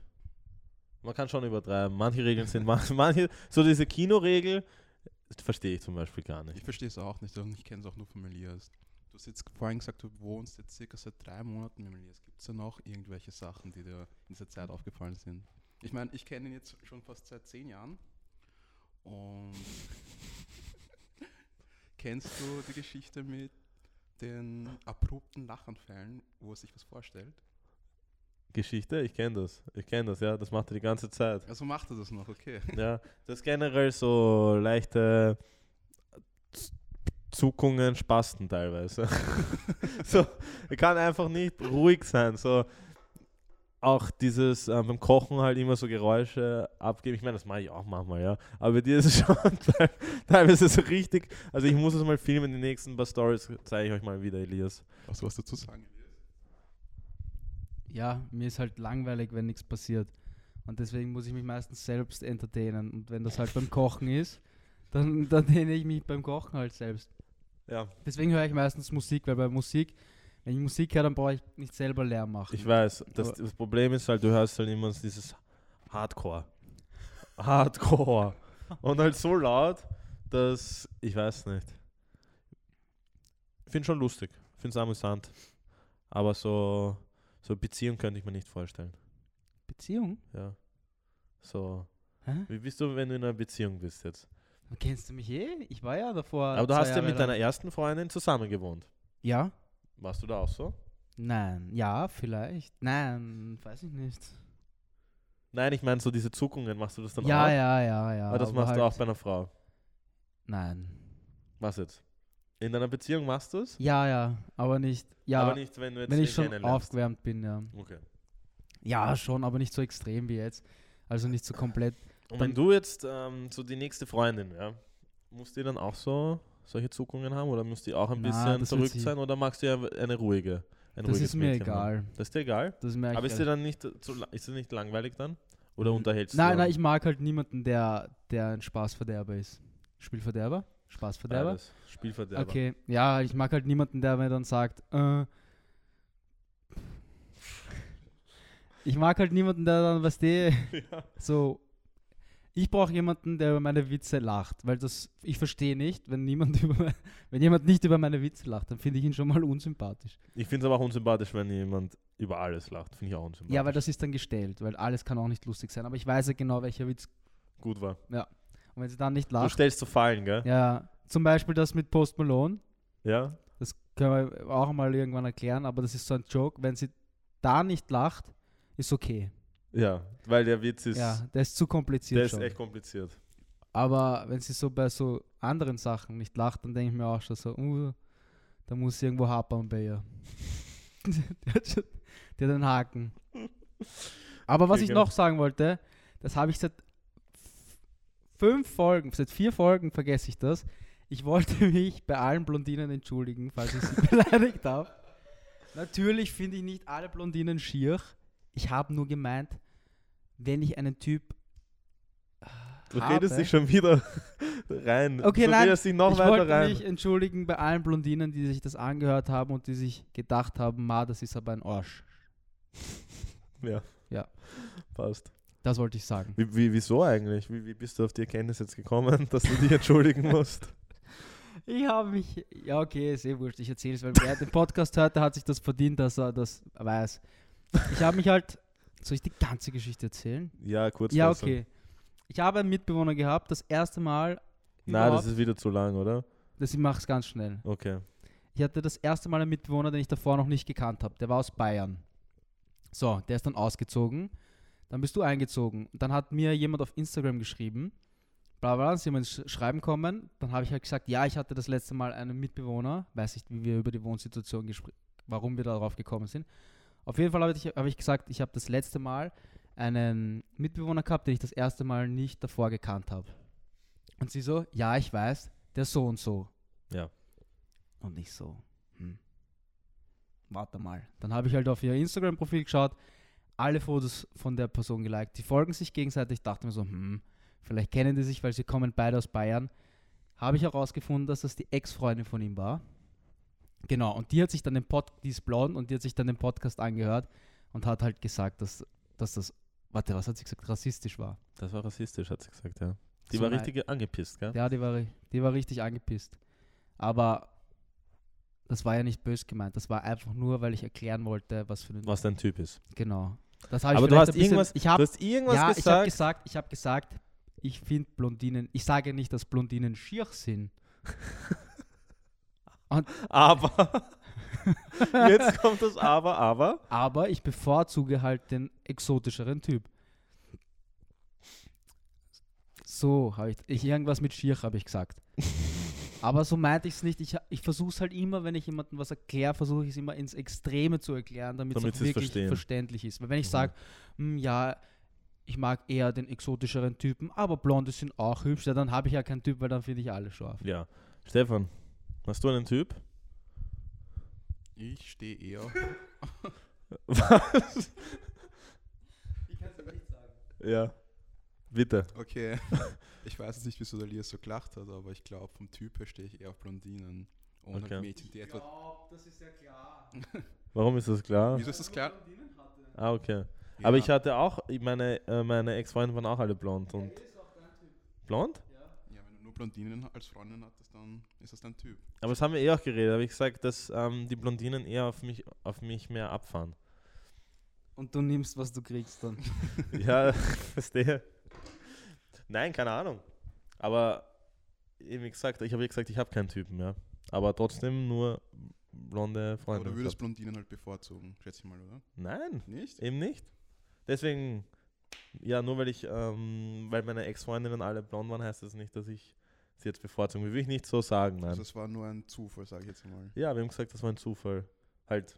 Speaker 1: Man kann schon übertreiben. Manche Regeln sind man- manche so diese Kinoregel das verstehe ich zum Beispiel gar
Speaker 3: Ich
Speaker 1: nicht.
Speaker 3: verstehe es auch nicht und ich kenne es auch nur von Elias. Du hast jetzt vorhin gesagt, du wohnst jetzt circa seit drei Monaten mit Elias. Gibt es da noch irgendwelche Sachen, die dir in dieser Zeit aufgefallen sind? Ich meine, ich kenne ihn jetzt schon fast seit zehn Jahren. Und kennst du die Geschichte mit den abrupten Lachanfällen, wo er sich was vorstellt?
Speaker 1: Geschichte, ich kenne das. Ich kenne das, ja. Das macht er die ganze Zeit.
Speaker 3: Also macht er das noch, okay.
Speaker 1: ja, das ist generell so leichte Z- Zuckungen, Spasten teilweise. so, er kann einfach nicht ruhig sein. So, auch dieses ähm, beim Kochen halt immer so Geräusche abgeben. Ich meine, das mache ich auch manchmal, ja. Aber bei dir ist es schon teil- teilweise so richtig. Also ich muss es mal filmen, die nächsten paar Stories zeige ich euch mal wieder, Elias.
Speaker 3: Hast du was dazu sagen, Elias?
Speaker 2: ja, mir ist halt langweilig, wenn nichts passiert. Und deswegen muss ich mich meistens selbst entertainen. Und wenn das halt beim Kochen ist, dann entertaine ich mich beim Kochen halt selbst.
Speaker 1: Ja,
Speaker 2: Deswegen höre ich meistens Musik, weil bei Musik, wenn ich Musik höre, dann brauche ich nicht selber Lärm machen.
Speaker 1: Ich weiß, das,
Speaker 2: Aber-
Speaker 1: das Problem ist halt, du hörst halt immer dieses Hardcore. Hardcore. Und halt so laut, dass ich weiß nicht. Ich finde schon lustig, finde es amüsant. Aber so, so Beziehung könnte ich mir nicht vorstellen.
Speaker 2: Beziehung?
Speaker 1: Ja. So.
Speaker 2: Hä?
Speaker 1: Wie bist du, wenn du in einer Beziehung bist jetzt?
Speaker 2: Kennst du mich eh? Ich war ja davor.
Speaker 1: Aber du
Speaker 2: zwei
Speaker 1: hast ja
Speaker 2: Jahre
Speaker 1: mit
Speaker 2: lang-
Speaker 1: deiner ersten Freundin zusammen gewohnt.
Speaker 2: Ja?
Speaker 1: Warst du da auch so?
Speaker 2: Nein. Ja, vielleicht. Nein, weiß ich nicht.
Speaker 1: Nein, ich meine so diese Zuckungen, machst du das dann
Speaker 2: ja,
Speaker 1: auch?
Speaker 2: ja, ja, ja.
Speaker 1: Aber das machst
Speaker 2: halt,
Speaker 1: du auch bei einer Frau.
Speaker 2: Nein.
Speaker 1: Was jetzt? In deiner Beziehung machst du es?
Speaker 2: Ja, ja, aber nicht. Ja,
Speaker 1: Aber nicht, wenn du jetzt
Speaker 2: wenn ich schon
Speaker 1: kennenlernst.
Speaker 2: aufgewärmt bin, ja.
Speaker 1: Okay.
Speaker 2: Ja, schon, aber nicht so extrem wie jetzt. Also nicht so komplett.
Speaker 1: Und
Speaker 2: Dann-
Speaker 1: wenn du jetzt ähm, so die nächste Freundin, ja, musst du dann auch so solche Zuckungen haben oder musst du auch ein
Speaker 2: Na,
Speaker 1: bisschen
Speaker 2: das will
Speaker 1: zurück
Speaker 2: sie.
Speaker 1: sein oder magst du ja eine ruhige? Ein
Speaker 2: Das
Speaker 1: ruhiges
Speaker 2: ist mir
Speaker 1: Mädchen haben?
Speaker 2: egal.
Speaker 1: Das ist dir egal?
Speaker 2: Das ist mir
Speaker 1: Aber
Speaker 2: eigentlich
Speaker 1: ist dir dann nicht zu, la- ist dir nicht langweilig dann? Oder unterhältst du?
Speaker 2: Nein, nein, ich mag halt niemanden, der, der ein Spaßverderber ist. Spielverderber? Spaßverderber?
Speaker 1: Beides. Spielverderber.
Speaker 2: Okay, ja, ich mag halt niemanden, der mir dann sagt, äh, ich mag halt niemanden, der dann, was die,
Speaker 1: Ja.
Speaker 2: so, ich brauche jemanden, der über meine Witze lacht, weil das, ich verstehe nicht, wenn niemand über, wenn jemand nicht über meine Witze lacht, dann finde ich ihn schon mal unsympathisch.
Speaker 1: Ich finde es aber auch unsympathisch, wenn jemand über alles lacht. Finde ich auch unsympathisch.
Speaker 2: Ja, weil das ist dann gestellt, weil alles kann auch nicht lustig sein, aber ich weiß ja genau, welcher Witz,
Speaker 1: gut war.
Speaker 2: und wenn sie dann nicht
Speaker 1: Du
Speaker 2: lacht,
Speaker 1: stellst zu fallen, gell?
Speaker 2: ja, zum Beispiel das mit Post Malone,
Speaker 1: Ja.
Speaker 2: Das können wir auch mal irgendwann erklären, aber das ist so ein Joke. Wenn sie da nicht lacht, ist okay.
Speaker 1: Ja, weil der Witz ist,
Speaker 2: ja, der ist zu kompliziert
Speaker 1: der ist
Speaker 2: schon.
Speaker 1: echt kompliziert.
Speaker 2: aber wenn sie so bei so anderen Sachen nicht lacht, dann denke ich mir auch schon so, uh, da muss irgendwo hapern bei ihr. die, hat schon, die hat einen Haken. Aber was
Speaker 1: Okay,
Speaker 2: ich
Speaker 1: genau.
Speaker 2: noch sagen wollte, das habe ich seit f- fünf Folgen, seit vier Folgen vergesse ich das. Ich wollte mich bei allen Blondinen entschuldigen, falls ich sie beleidigt habe. Natürlich finde ich nicht alle Blondinen schier. Ich habe nur gemeint, wenn ich einen Typ. äh,
Speaker 1: Du
Speaker 2: habe,
Speaker 1: redest dich schon wieder rein.
Speaker 2: Okay,
Speaker 1: du
Speaker 2: nein,
Speaker 1: redest dich noch
Speaker 2: ich
Speaker 1: weiter
Speaker 2: wollte
Speaker 1: rein.
Speaker 2: mich entschuldigen bei allen Blondinen, die sich das angehört haben und die sich gedacht haben, ma, das ist aber ein Arsch.
Speaker 1: Ja.
Speaker 2: Ja.
Speaker 1: Passt.
Speaker 2: Das wollte ich sagen.
Speaker 1: Wie, wie, wieso eigentlich? Wie, wie bist du auf die Erkenntnis jetzt gekommen, dass du dich entschuldigen musst?
Speaker 2: Ich habe mich. Ja, okay, ist eh wurscht. Ich erzähle es, weil wer den Podcast hört, der hat sich das verdient, dass er das weiß. Ich habe mich halt. Soll ich die ganze Geschichte erzählen?
Speaker 1: Ja, kurz.
Speaker 2: Ja, okay. Ich habe einen Mitbewohner gehabt, das erste Mal.
Speaker 1: Nein, das
Speaker 2: überhaupt-
Speaker 1: ist wieder zu lang, oder?
Speaker 2: das ich mache es ganz schnell.
Speaker 1: Okay.
Speaker 2: Ich hatte das erste Mal einen Mitbewohner, den ich davor noch nicht gekannt habe. Der war aus Bayern. So, der ist dann ausgezogen. Dann bist du eingezogen. Und dann hat mir jemand auf Instagram geschrieben, bla bla, ist jemand sch schreiben kommen. Dann habe ich halt gesagt, ja, ich hatte das letzte Mal einen Mitbewohner. Weiß nicht, wie wir über die Wohnsituation gesprochen warum wir darauf gekommen sind. Auf jeden Fall habe ich, habe ich gesagt, ich habe das letzte Mal einen Mitbewohner gehabt, den ich das erste Mal nicht davor gekannt habe. Und sie so, ja, ich weiß, der so und so.
Speaker 1: Ja.
Speaker 2: Und ich so, hm. Warte mal. Dann habe ich halt auf ihr Instagram-Profil geschaut, alle Fotos von der Person geliked. Die folgen sich gegenseitig. Ich dachte mir so, hm, vielleicht kennen die sich, weil sie kommen beide aus Bayern. Habe ich herausgefunden, dass das die Ex-Freundin von ihm war. Genau, und die hat sich dann den Pod, die ist blond und die hat sich dann den Podcast angehört und hat halt gesagt, dass, dass das, warte, was hat sie gesagt, rassistisch war.
Speaker 1: Das war rassistisch, hat sie gesagt, ja. Die
Speaker 2: So
Speaker 1: war
Speaker 2: nein.
Speaker 1: richtig angepisst, gell?
Speaker 2: Ja, die war, ri- die war richtig angepisst. Aber das war ja nicht bös gemeint, das war einfach nur, weil ich erklären wollte, was für ein.
Speaker 1: Was dein Typ ist.
Speaker 2: Genau. Das habe ich
Speaker 1: Aber du
Speaker 2: vielleicht
Speaker 1: hast
Speaker 2: ein bisschen-
Speaker 1: irgendwas-
Speaker 2: Ich habe
Speaker 1: du hast irgendwas
Speaker 2: ja, ich
Speaker 1: gesagt.
Speaker 2: habe gesagt, ich habe gesagt, ich finde Blondinen, ich sage nicht, dass Blondinen schier sind.
Speaker 1: aber. jetzt kommt das Aber, aber.
Speaker 2: Aber ich bevorzuge halt den exotischeren Typ. So habe ich, ich irgendwas mit Schirch habe ich gesagt. Aber so meinte ich es nicht. Ich, ha- ich versuche es halt immer, wenn ich jemandem was erkläre, versuche ich es immer ins Extreme zu erklären, damit es
Speaker 1: Damit
Speaker 2: auch
Speaker 1: sie es
Speaker 2: wirklich
Speaker 1: verstehen.
Speaker 2: verständlich ist. Weil wenn ich
Speaker 1: Mhm.
Speaker 2: sage, ja, ich mag eher den exotischeren Typen, aber Blonde sind auch hübsch, ja, dann habe ich ja keinen Typ, weil dann finde ich alle scharf.
Speaker 1: Ja. Stefan, hast du einen Typ?
Speaker 3: Ich stehe eher.
Speaker 1: Was? Ja. Bitte.
Speaker 3: Okay. Ich weiß jetzt nicht, wieso der Elias so gelacht hat, aber ich glaube, vom Typ her stehe ich eher auf Blondinen. Und
Speaker 1: Okay.
Speaker 3: auf Mädchen, die etwas.
Speaker 2: das ist ja klar.
Speaker 1: Warum ist das klar?
Speaker 3: Wieso ist das klar?
Speaker 1: Ah, okay. Aber
Speaker 3: Ja.
Speaker 1: ich hatte auch, ich meine, äh, meine Ex-Freunde waren auch alle blond und. Blond?
Speaker 3: Ja, wenn du nur Blondinen als Freundin hattest, dann ist das dein Typ.
Speaker 1: Aber das haben wir eh auch geredet. Habe ich gesagt, dass ähm, die Blondinen eher auf mich, auf mich mehr abfahren.
Speaker 2: Und du nimmst, was du kriegst dann.
Speaker 1: ja, verstehe. Nein, keine Ahnung. Aber eben wie gesagt, ich habe ja gesagt, ich habe keinen Typen, ja. Aber trotzdem nur blonde
Speaker 3: Aber
Speaker 1: Freunde.
Speaker 3: du würdest Blondinen halt bevorzugen, schätze ich mal, oder?
Speaker 1: Nein,
Speaker 3: Nicht?
Speaker 1: eben nicht. Deswegen, ja, nur weil ich, ähm, weil meine Ex-Freundinnen alle blond waren, heißt das nicht, dass ich sie jetzt bevorzuge. Will ich nicht so sagen, nein.
Speaker 3: Also es war nur ein Zufall, sage ich jetzt mal.
Speaker 1: Ja, wir haben gesagt, das war ein Zufall. Halt.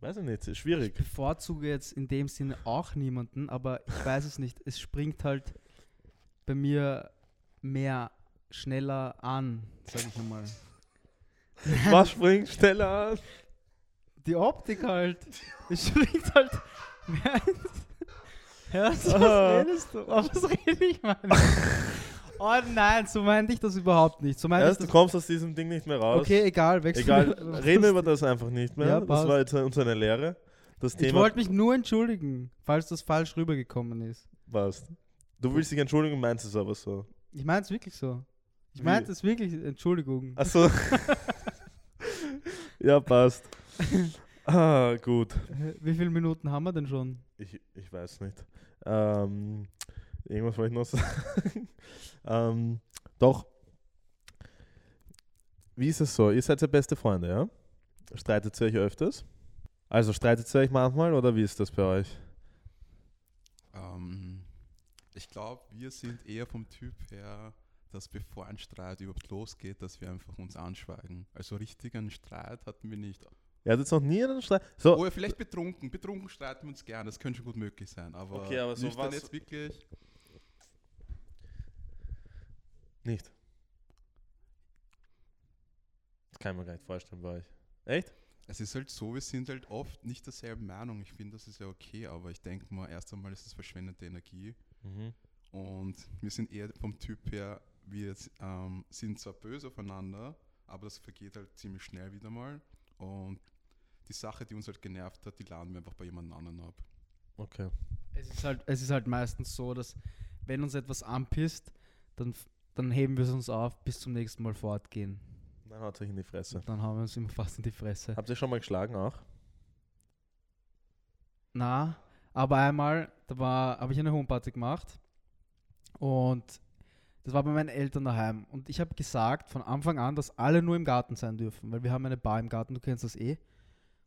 Speaker 1: Weiß ich nicht, ist schwierig.
Speaker 2: Ich bevorzuge jetzt in dem Sinne auch niemanden, aber ich weiß es nicht. Es springt halt bei mir mehr schneller an, sag ich einmal.
Speaker 1: Was springt schneller an?
Speaker 2: Die Optik halt. Es springt halt mehr. Hörst du,
Speaker 1: Ah.
Speaker 2: was redest du? Auf was rede ich, Mann? oh nein, so meinte ich das überhaupt nicht. So meinte
Speaker 1: Erst, du
Speaker 2: ich das.
Speaker 1: kommst aus diesem Ding nicht mehr raus.
Speaker 2: Okay, egal, wechsel.
Speaker 1: Egal,
Speaker 2: Was-
Speaker 1: reden wir über das einfach nicht mehr.
Speaker 2: Ja,
Speaker 1: das
Speaker 2: passt.
Speaker 1: war jetzt uns eine Lehre. Das
Speaker 2: Ich
Speaker 1: Thema
Speaker 2: wollte mich nur entschuldigen, falls das falsch rübergekommen ist.
Speaker 1: passt. Du willst dich entschuldigen, meinst es aber so.
Speaker 2: Ich meine es wirklich so. Ich
Speaker 1: Wie?
Speaker 2: meinte es wirklich, Entschuldigung.
Speaker 1: Achso. ja, passt. Ah, gut.
Speaker 2: Äh, Wie viele Minuten haben wir denn schon?
Speaker 1: Ich, ich weiß nicht. Ähm, irgendwas wollte ich noch sagen. ähm, doch. Wie ist es so? Ihr seid ja beste Freunde, ja? Streitet ihr euch öfters? Also streitet ihr euch manchmal oder wie ist das bei euch?
Speaker 3: Ähm, ich glaube, wir sind eher vom Typ her, dass bevor ein Streit überhaupt losgeht, dass wir einfach uns anschweigen. Also richtig einen Streit hatten wir nicht.
Speaker 1: Ihr hattet noch nie einen Streit. So,
Speaker 3: Oder vielleicht betrunken. Betrunken streiten wir uns gern, das könnte schon gut möglich sein. Aber,
Speaker 1: Okay, aber so
Speaker 3: nüchtern
Speaker 1: was-
Speaker 3: jetzt wirklich.
Speaker 1: Nicht. Das kann ich mir gar nicht vorstellen bei euch. Echt?
Speaker 3: Es ist halt so, wir sind halt oft nicht derselben Meinung. Ich finde, das ist ja okay, aber ich denke mal, erst einmal ist es verschwendete Energie.
Speaker 1: Mhm.
Speaker 3: Und wir sind eher vom Typ her, wir jetzt, ähm, sind zwar böse aufeinander, aber das vergeht halt ziemlich schnell wieder mal. Und die Sache, die uns halt genervt hat, die laden wir einfach bei jemand anderen ab.
Speaker 1: Okay.
Speaker 2: Es ist halt, es ist halt meistens so, dass wenn uns etwas anpisst, dann, f- dann heben wir es uns auf, bis zum nächsten Mal fortgehen.
Speaker 1: Dann haut euch in die Fresse.
Speaker 2: Dann haben wir uns immer fast in die Fresse.
Speaker 1: Habt ihr schon mal geschlagen auch?
Speaker 2: Na, aber einmal, da war, habe ich eine Homeparty gemacht und das war bei meinen Eltern daheim. Und ich habe gesagt von Anfang an, dass alle nur im Garten sein dürfen, weil wir haben eine Bar im Garten, du kennst das eh.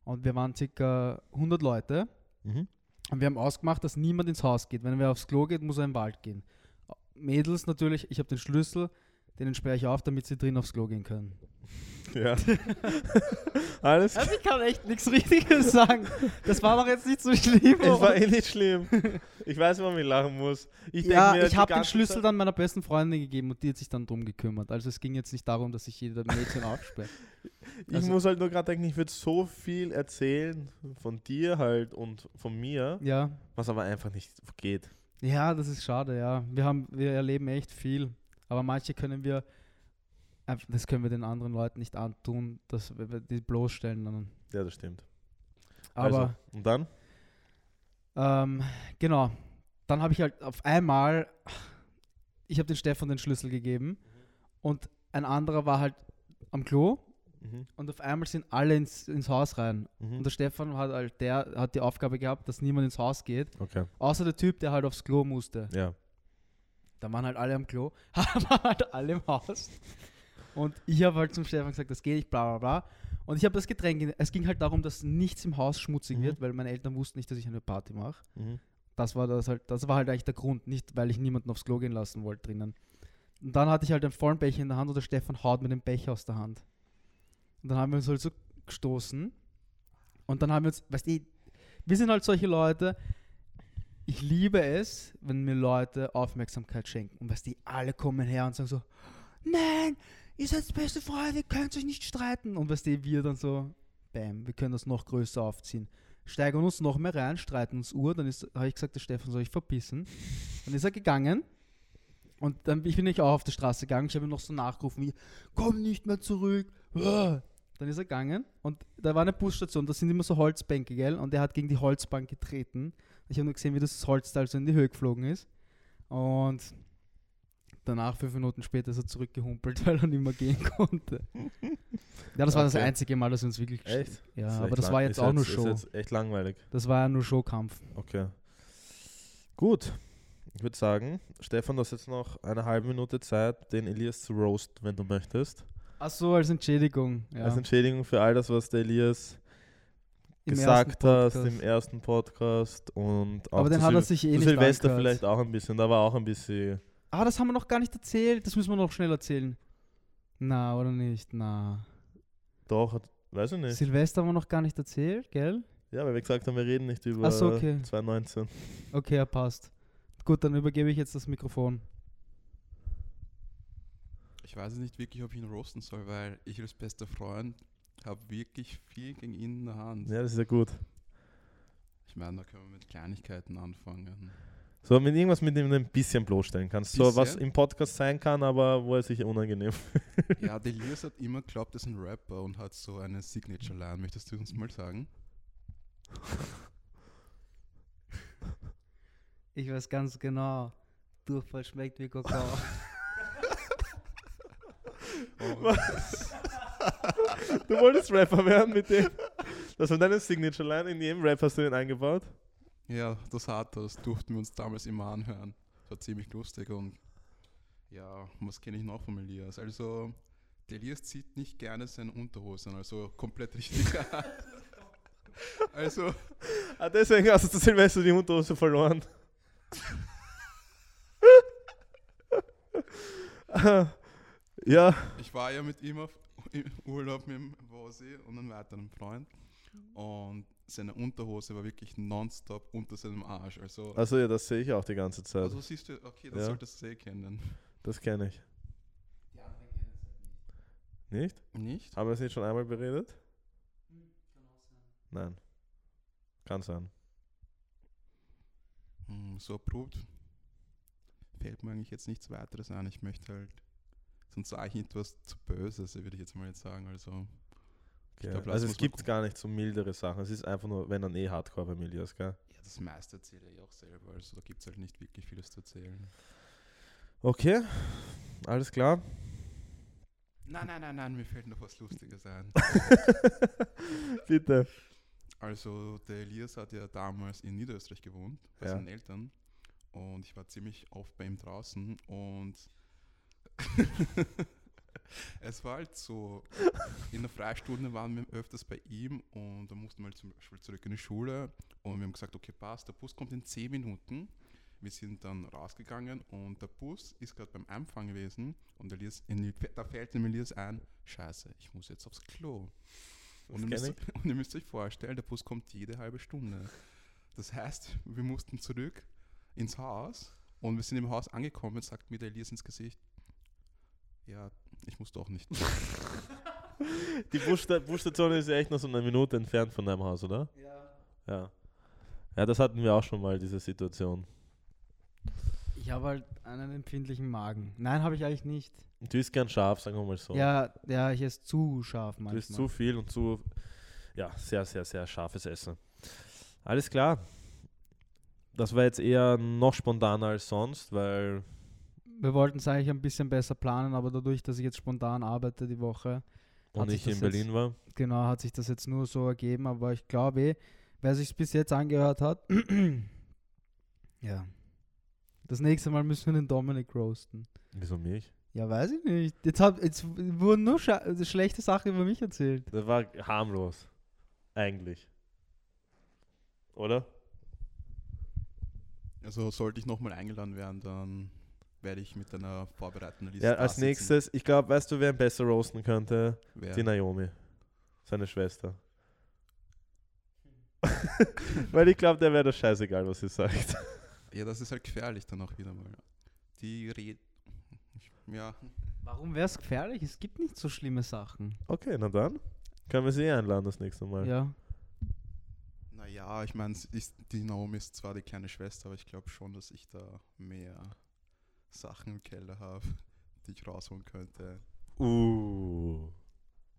Speaker 2: Und wir waren circa 100 Leute Und wir haben ausgemacht, dass niemand ins Haus geht. Wenn wer aufs Klo geht, muss er in den Wald gehen. Mädels natürlich, ich habe den Schlüssel, den sperre ich auf, damit sie drin aufs Klo gehen können.
Speaker 1: Ja. Alles klar.
Speaker 2: Also ich kann echt nichts Richtiges sagen. Das war doch jetzt nicht so schlimm.
Speaker 1: Es war eh nicht schlimm. Ich weiß, warum ich lachen muss. Ich denk
Speaker 2: ja,
Speaker 1: mir
Speaker 2: ich
Speaker 1: die
Speaker 2: habe den
Speaker 1: ganze
Speaker 2: Schlüssel
Speaker 1: Zeit-
Speaker 2: dann meiner besten Freundin gegeben und die hat sich dann drum gekümmert. Also es ging jetzt nicht darum, dass ich jeder Mädchen aufsperre.
Speaker 1: Ich
Speaker 2: also-
Speaker 1: muss halt nur gerade denken, ich würde so viel erzählen von dir halt und von mir,
Speaker 2: Ja.
Speaker 1: was aber einfach nicht geht.
Speaker 2: Ja, das ist schade, ja. Wir haben, wir erleben echt viel. Aber manche können wir, einf- das können wir den anderen Leuten nicht antun, dass wir wir die bloßstellen. dann.
Speaker 1: Ja, das stimmt.
Speaker 2: Aber
Speaker 1: also, und dann?
Speaker 2: Ähm, genau. Dann habe ich halt auf einmal, ich habe den Stefan den Schlüssel gegeben und ein anderer war halt am Klo
Speaker 1: Mhm.
Speaker 2: und auf einmal sind alle ins, ins Haus rein. Und
Speaker 1: Mhm.
Speaker 2: der Stefan hat halt, der hat die Aufgabe gehabt, dass niemand ins Haus geht,
Speaker 1: Okay.
Speaker 2: außer der Typ, der halt aufs Klo musste.
Speaker 1: Ja.
Speaker 2: Da waren halt alle am Klo, waren halt alle im Haus. Und ich habe halt zum Stefan gesagt, das geht nicht, bla bla bla. Und ich habe das Getränk, in- es ging halt darum, dass nichts im Haus schmutzig
Speaker 1: Mhm.
Speaker 2: wird, weil meine Eltern wussten nicht, dass ich eine Party mache.
Speaker 1: Mhm.
Speaker 2: Das war das halt, das war halt eigentlich der Grund, nicht weil ich niemanden aufs Klo gehen lassen wollte drinnen. Und dann hatte ich halt einen vollen Becher in der Hand und der Stefan haut mir den Becher aus der Hand. Und dann haben wir uns halt so gestoßen. Und dann haben wir uns, weißt du, wir sind halt solche Leute. Ich liebe es, wenn mir Leute Aufmerksamkeit schenken. Und weißt du, alle kommen her und sagen so, nein, ihr seid beste Freunde, ihr könnt euch nicht streiten. Und weißt du, wir dann so, bam, wir können das noch größer aufziehen steigern uns noch mehr rein, streiten uns Uhr. Dann habe ich gesagt, der Stefan soll ich verpissen. Dann ist er gegangen. Und dann bin ich bin ich auch auf die Straße gegangen. Ich habe ihm noch so nachgerufen wie, komm nicht mehr zurück. Uah. Dann ist er gegangen und da war eine Busstation, da sind immer so Holzbänke, gell? Und er hat gegen die Holzbank getreten. Ich habe nur gesehen, wie das Holzteil so in die Höhe geflogen ist. Und danach, fünf Minuten später, ist er zurückgehumpelt, weil er nicht mehr gehen konnte. Ja, das war das
Speaker 1: Okay.
Speaker 2: einzige Mal, dass wir uns wirklich... gesch-
Speaker 1: Echt?
Speaker 2: Ja,
Speaker 1: Ist echt
Speaker 2: aber das
Speaker 1: lang-
Speaker 2: war jetzt
Speaker 1: ist
Speaker 2: auch nur
Speaker 1: ist
Speaker 2: Show.
Speaker 1: Jetzt echt langweilig.
Speaker 2: Das war ja nur Showkampf.
Speaker 1: Okay. Gut. Ich würde sagen, Stefan, du hast jetzt noch eine halbe Minute Zeit, den Elias zu roasten, wenn du möchtest.
Speaker 2: Ach so, als Entschädigung. Ja.
Speaker 1: Als Entschädigung für all das, was der Elias
Speaker 2: Im
Speaker 1: gesagt
Speaker 2: ersten
Speaker 1: hast
Speaker 2: Podcast.
Speaker 1: im ersten Podcast und auch
Speaker 2: Aber
Speaker 1: zu
Speaker 2: den hat er
Speaker 1: Sil-
Speaker 2: sich eh
Speaker 1: zu
Speaker 2: nicht
Speaker 1: Silvester
Speaker 2: angehört.
Speaker 1: vielleicht auch ein bisschen. Da war auch ein bisschen.
Speaker 2: Ah, das haben wir noch gar nicht erzählt. Das müssen wir noch schnell erzählen. Na, oder nicht? Na.
Speaker 1: Doch, hat- weiß ich nicht.
Speaker 2: Silvester haben wir noch gar nicht erzählt, gell?
Speaker 1: Ja, weil wir gesagt haben, wir reden nicht über
Speaker 2: Ach so, okay.
Speaker 1: 2019.
Speaker 2: Okay, ja, passt. Gut, dann übergebe ich jetzt das Mikrofon.
Speaker 3: Ich weiß jetzt nicht wirklich, ob ich ihn roasten soll, weil ich als bester Freund habe wirklich viel gegen ihn in der Hand.
Speaker 1: Ja, das ist ja gut.
Speaker 3: Ich meine, da können wir mit Kleinigkeiten anfangen.
Speaker 1: So mit irgendwas, mit dem du ein bisschen bloßstellen kannst. So was
Speaker 3: Bisschen?
Speaker 1: im Podcast sein kann, aber wo er sich unangenehm
Speaker 3: Ja, Delius hat immer geglaubt, er ist ein Rapper und hat so eine Signature-Line. Möchtest du uns mal sagen?
Speaker 2: Ich weiß ganz genau. Durchfall schmeckt wie Kakao.
Speaker 1: Was? Oh. Du wolltest Rapper werden mit dem. Das war deine Signature Line. In jedem Rap hast du den eingebaut.
Speaker 3: Ja, das hat das. Durften wir uns damals immer anhören. Das war ziemlich lustig und ja, was kenne ich noch von Elias? Also, der Elias zieht nicht gerne seine Unterhosen, also komplett richtig an. Also,
Speaker 1: Ah, deswegen hast du zu Silvester die Unterhose verloren. Ah, ja,
Speaker 3: ich war ja mit ihm auf, im Urlaub mit dem Wasi und einem weiteren Freund und seine Unterhose war wirklich nonstop unter seinem Arsch. Also,
Speaker 1: also ja, das sehe ich auch die ganze Zeit.
Speaker 3: also siehst du, okay, das
Speaker 1: Ja.
Speaker 3: solltest du eh kennen.
Speaker 1: Das kenne ich. Nicht?
Speaker 3: halt Nicht?
Speaker 1: Haben wir es nicht schon einmal beredet? Nein. Kann sein.
Speaker 3: Hm, So abrupt fällt mir eigentlich jetzt nichts weiteres ein. Ich möchte halt, sonst sage ich etwas zu Böses, würde ich jetzt mal jetzt sagen. Also,
Speaker 1: Okay.
Speaker 3: glaub, lass
Speaker 1: also
Speaker 3: uns
Speaker 1: es
Speaker 3: mal
Speaker 1: gibt
Speaker 3: gucken.
Speaker 1: gar nicht so mildere Sachen. Es ist einfach nur, wenn dann eh Hardcore bei Milias, gell?
Speaker 3: ja, das meiste erzähle ich auch selber. Also, da gibt es halt nicht wirklich vieles zu erzählen.
Speaker 1: Okay, alles klar.
Speaker 3: Nein, nein, nein, nein, mir fällt noch was Lustiges ein.
Speaker 1: Bitte.
Speaker 3: Also, der Elias hat ja damals in Niederösterreich gewohnt, bei
Speaker 1: Ja.
Speaker 3: seinen Eltern. Und ich war ziemlich oft bei ihm draußen und es war halt so, in der Freistunde waren wir öfters bei ihm und da mussten wir halt zum Beispiel zurück in die Schule und wir haben gesagt, okay, passt, der Bus kommt in 10 Minuten. Wir sind dann rausgegangen und der Bus ist gerade beim Anfang gewesen und Elias, in, da fällt dem Elias ein, scheiße, ich muss jetzt aufs Klo.
Speaker 1: Das
Speaker 3: Und ihr,
Speaker 1: kenn
Speaker 3: müsst, und ihr müsst euch vorstellen, der Bus kommt jede halbe Stunde. Das heißt, wir mussten zurück ins Haus und wir sind im Haus angekommen und sagt mir der Elias ins Gesicht, ja, ich muss doch nicht.
Speaker 1: Die Bussta- Busstation ist ja echt nur so eine Minute entfernt von deinem Haus, oder? Ja. Ja, das hatten wir auch schon mal, diese Situation.
Speaker 2: Ich habe halt einen empfindlichen Magen. Nein, habe ich eigentlich nicht.
Speaker 1: Du isst gern scharf, sagen wir mal so.
Speaker 2: Ja, ja, ich esse zu scharf manchmal.
Speaker 1: du isst zu viel und zu, ja, sehr, sehr, sehr scharfes Essen. Alles klar. Das war jetzt eher noch spontaner als sonst, weil
Speaker 2: Wir wollten es eigentlich ein bisschen besser planen, aber dadurch, dass ich jetzt spontan arbeite die Woche,
Speaker 1: und
Speaker 2: Hat sich
Speaker 1: ich in
Speaker 2: das jetzt-
Speaker 1: Berlin war.
Speaker 2: genau, hat sich das jetzt nur so ergeben. Aber ich glaube, eh, wer sich bis jetzt angehört hat, ja. Das nächste Mal müssen wir den Dominic roasten.
Speaker 1: Wieso mich?
Speaker 2: Ja, weiß ich nicht. Jetzt, hab, jetzt wurden nur scha- also schlechte Sachen über mich erzählt.
Speaker 1: Das war harmlos. Eigentlich. Oder?
Speaker 3: Also sollte ich nochmal eingeladen werden, dann werde ich mit einer vorbereitenden Liste
Speaker 1: Ja, als
Speaker 3: da sitzen.
Speaker 1: nächstes, ich glaube, weißt du, wer ihn besser roasten könnte?
Speaker 3: Wer?
Speaker 1: Die Naomi. Seine Schwester. Weil ich glaube, der wäre das scheißegal, was sie sagt.
Speaker 3: Ja, das ist halt gefährlich dann auch wieder mal. Die Red... Ja,
Speaker 2: Warum wäre es gefährlich? Es gibt nicht so schlimme Sachen.
Speaker 1: Okay, na dann. Können wir sie eh einladen das nächste Mal.
Speaker 2: Ja.
Speaker 3: naja, ich meine, die Naomi ist zwar die kleine Schwester, aber ich glaube schon, dass ich da mehr Sachen im Keller habe, die ich rausholen könnte.
Speaker 1: Uh.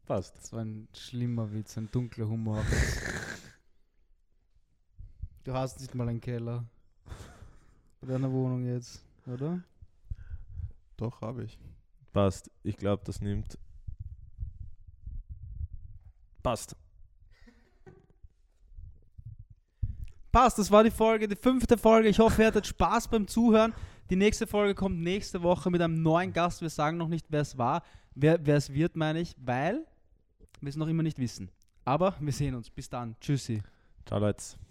Speaker 1: Passt.
Speaker 2: Das war ein schlimmer Witz, ein dunkler Humor. du hast nicht mal einen Keller. Bei deiner Wohnung jetzt, oder?
Speaker 3: Doch, habe ich.
Speaker 1: Passt. Ich glaube, das nimmt. Passt.
Speaker 2: Passt, das war die Folge, die fünfte Folge. Ich hoffe, ihr hattet Spaß beim Zuhören. Die nächste Folge kommt nächste Woche mit einem neuen Gast. Wir sagen noch nicht, wer es war, wer wer es wird, meine ich, weil wir es noch immer nicht wissen. Aber wir sehen uns. Bis dann. Tschüssi.
Speaker 1: Ciao, Leute.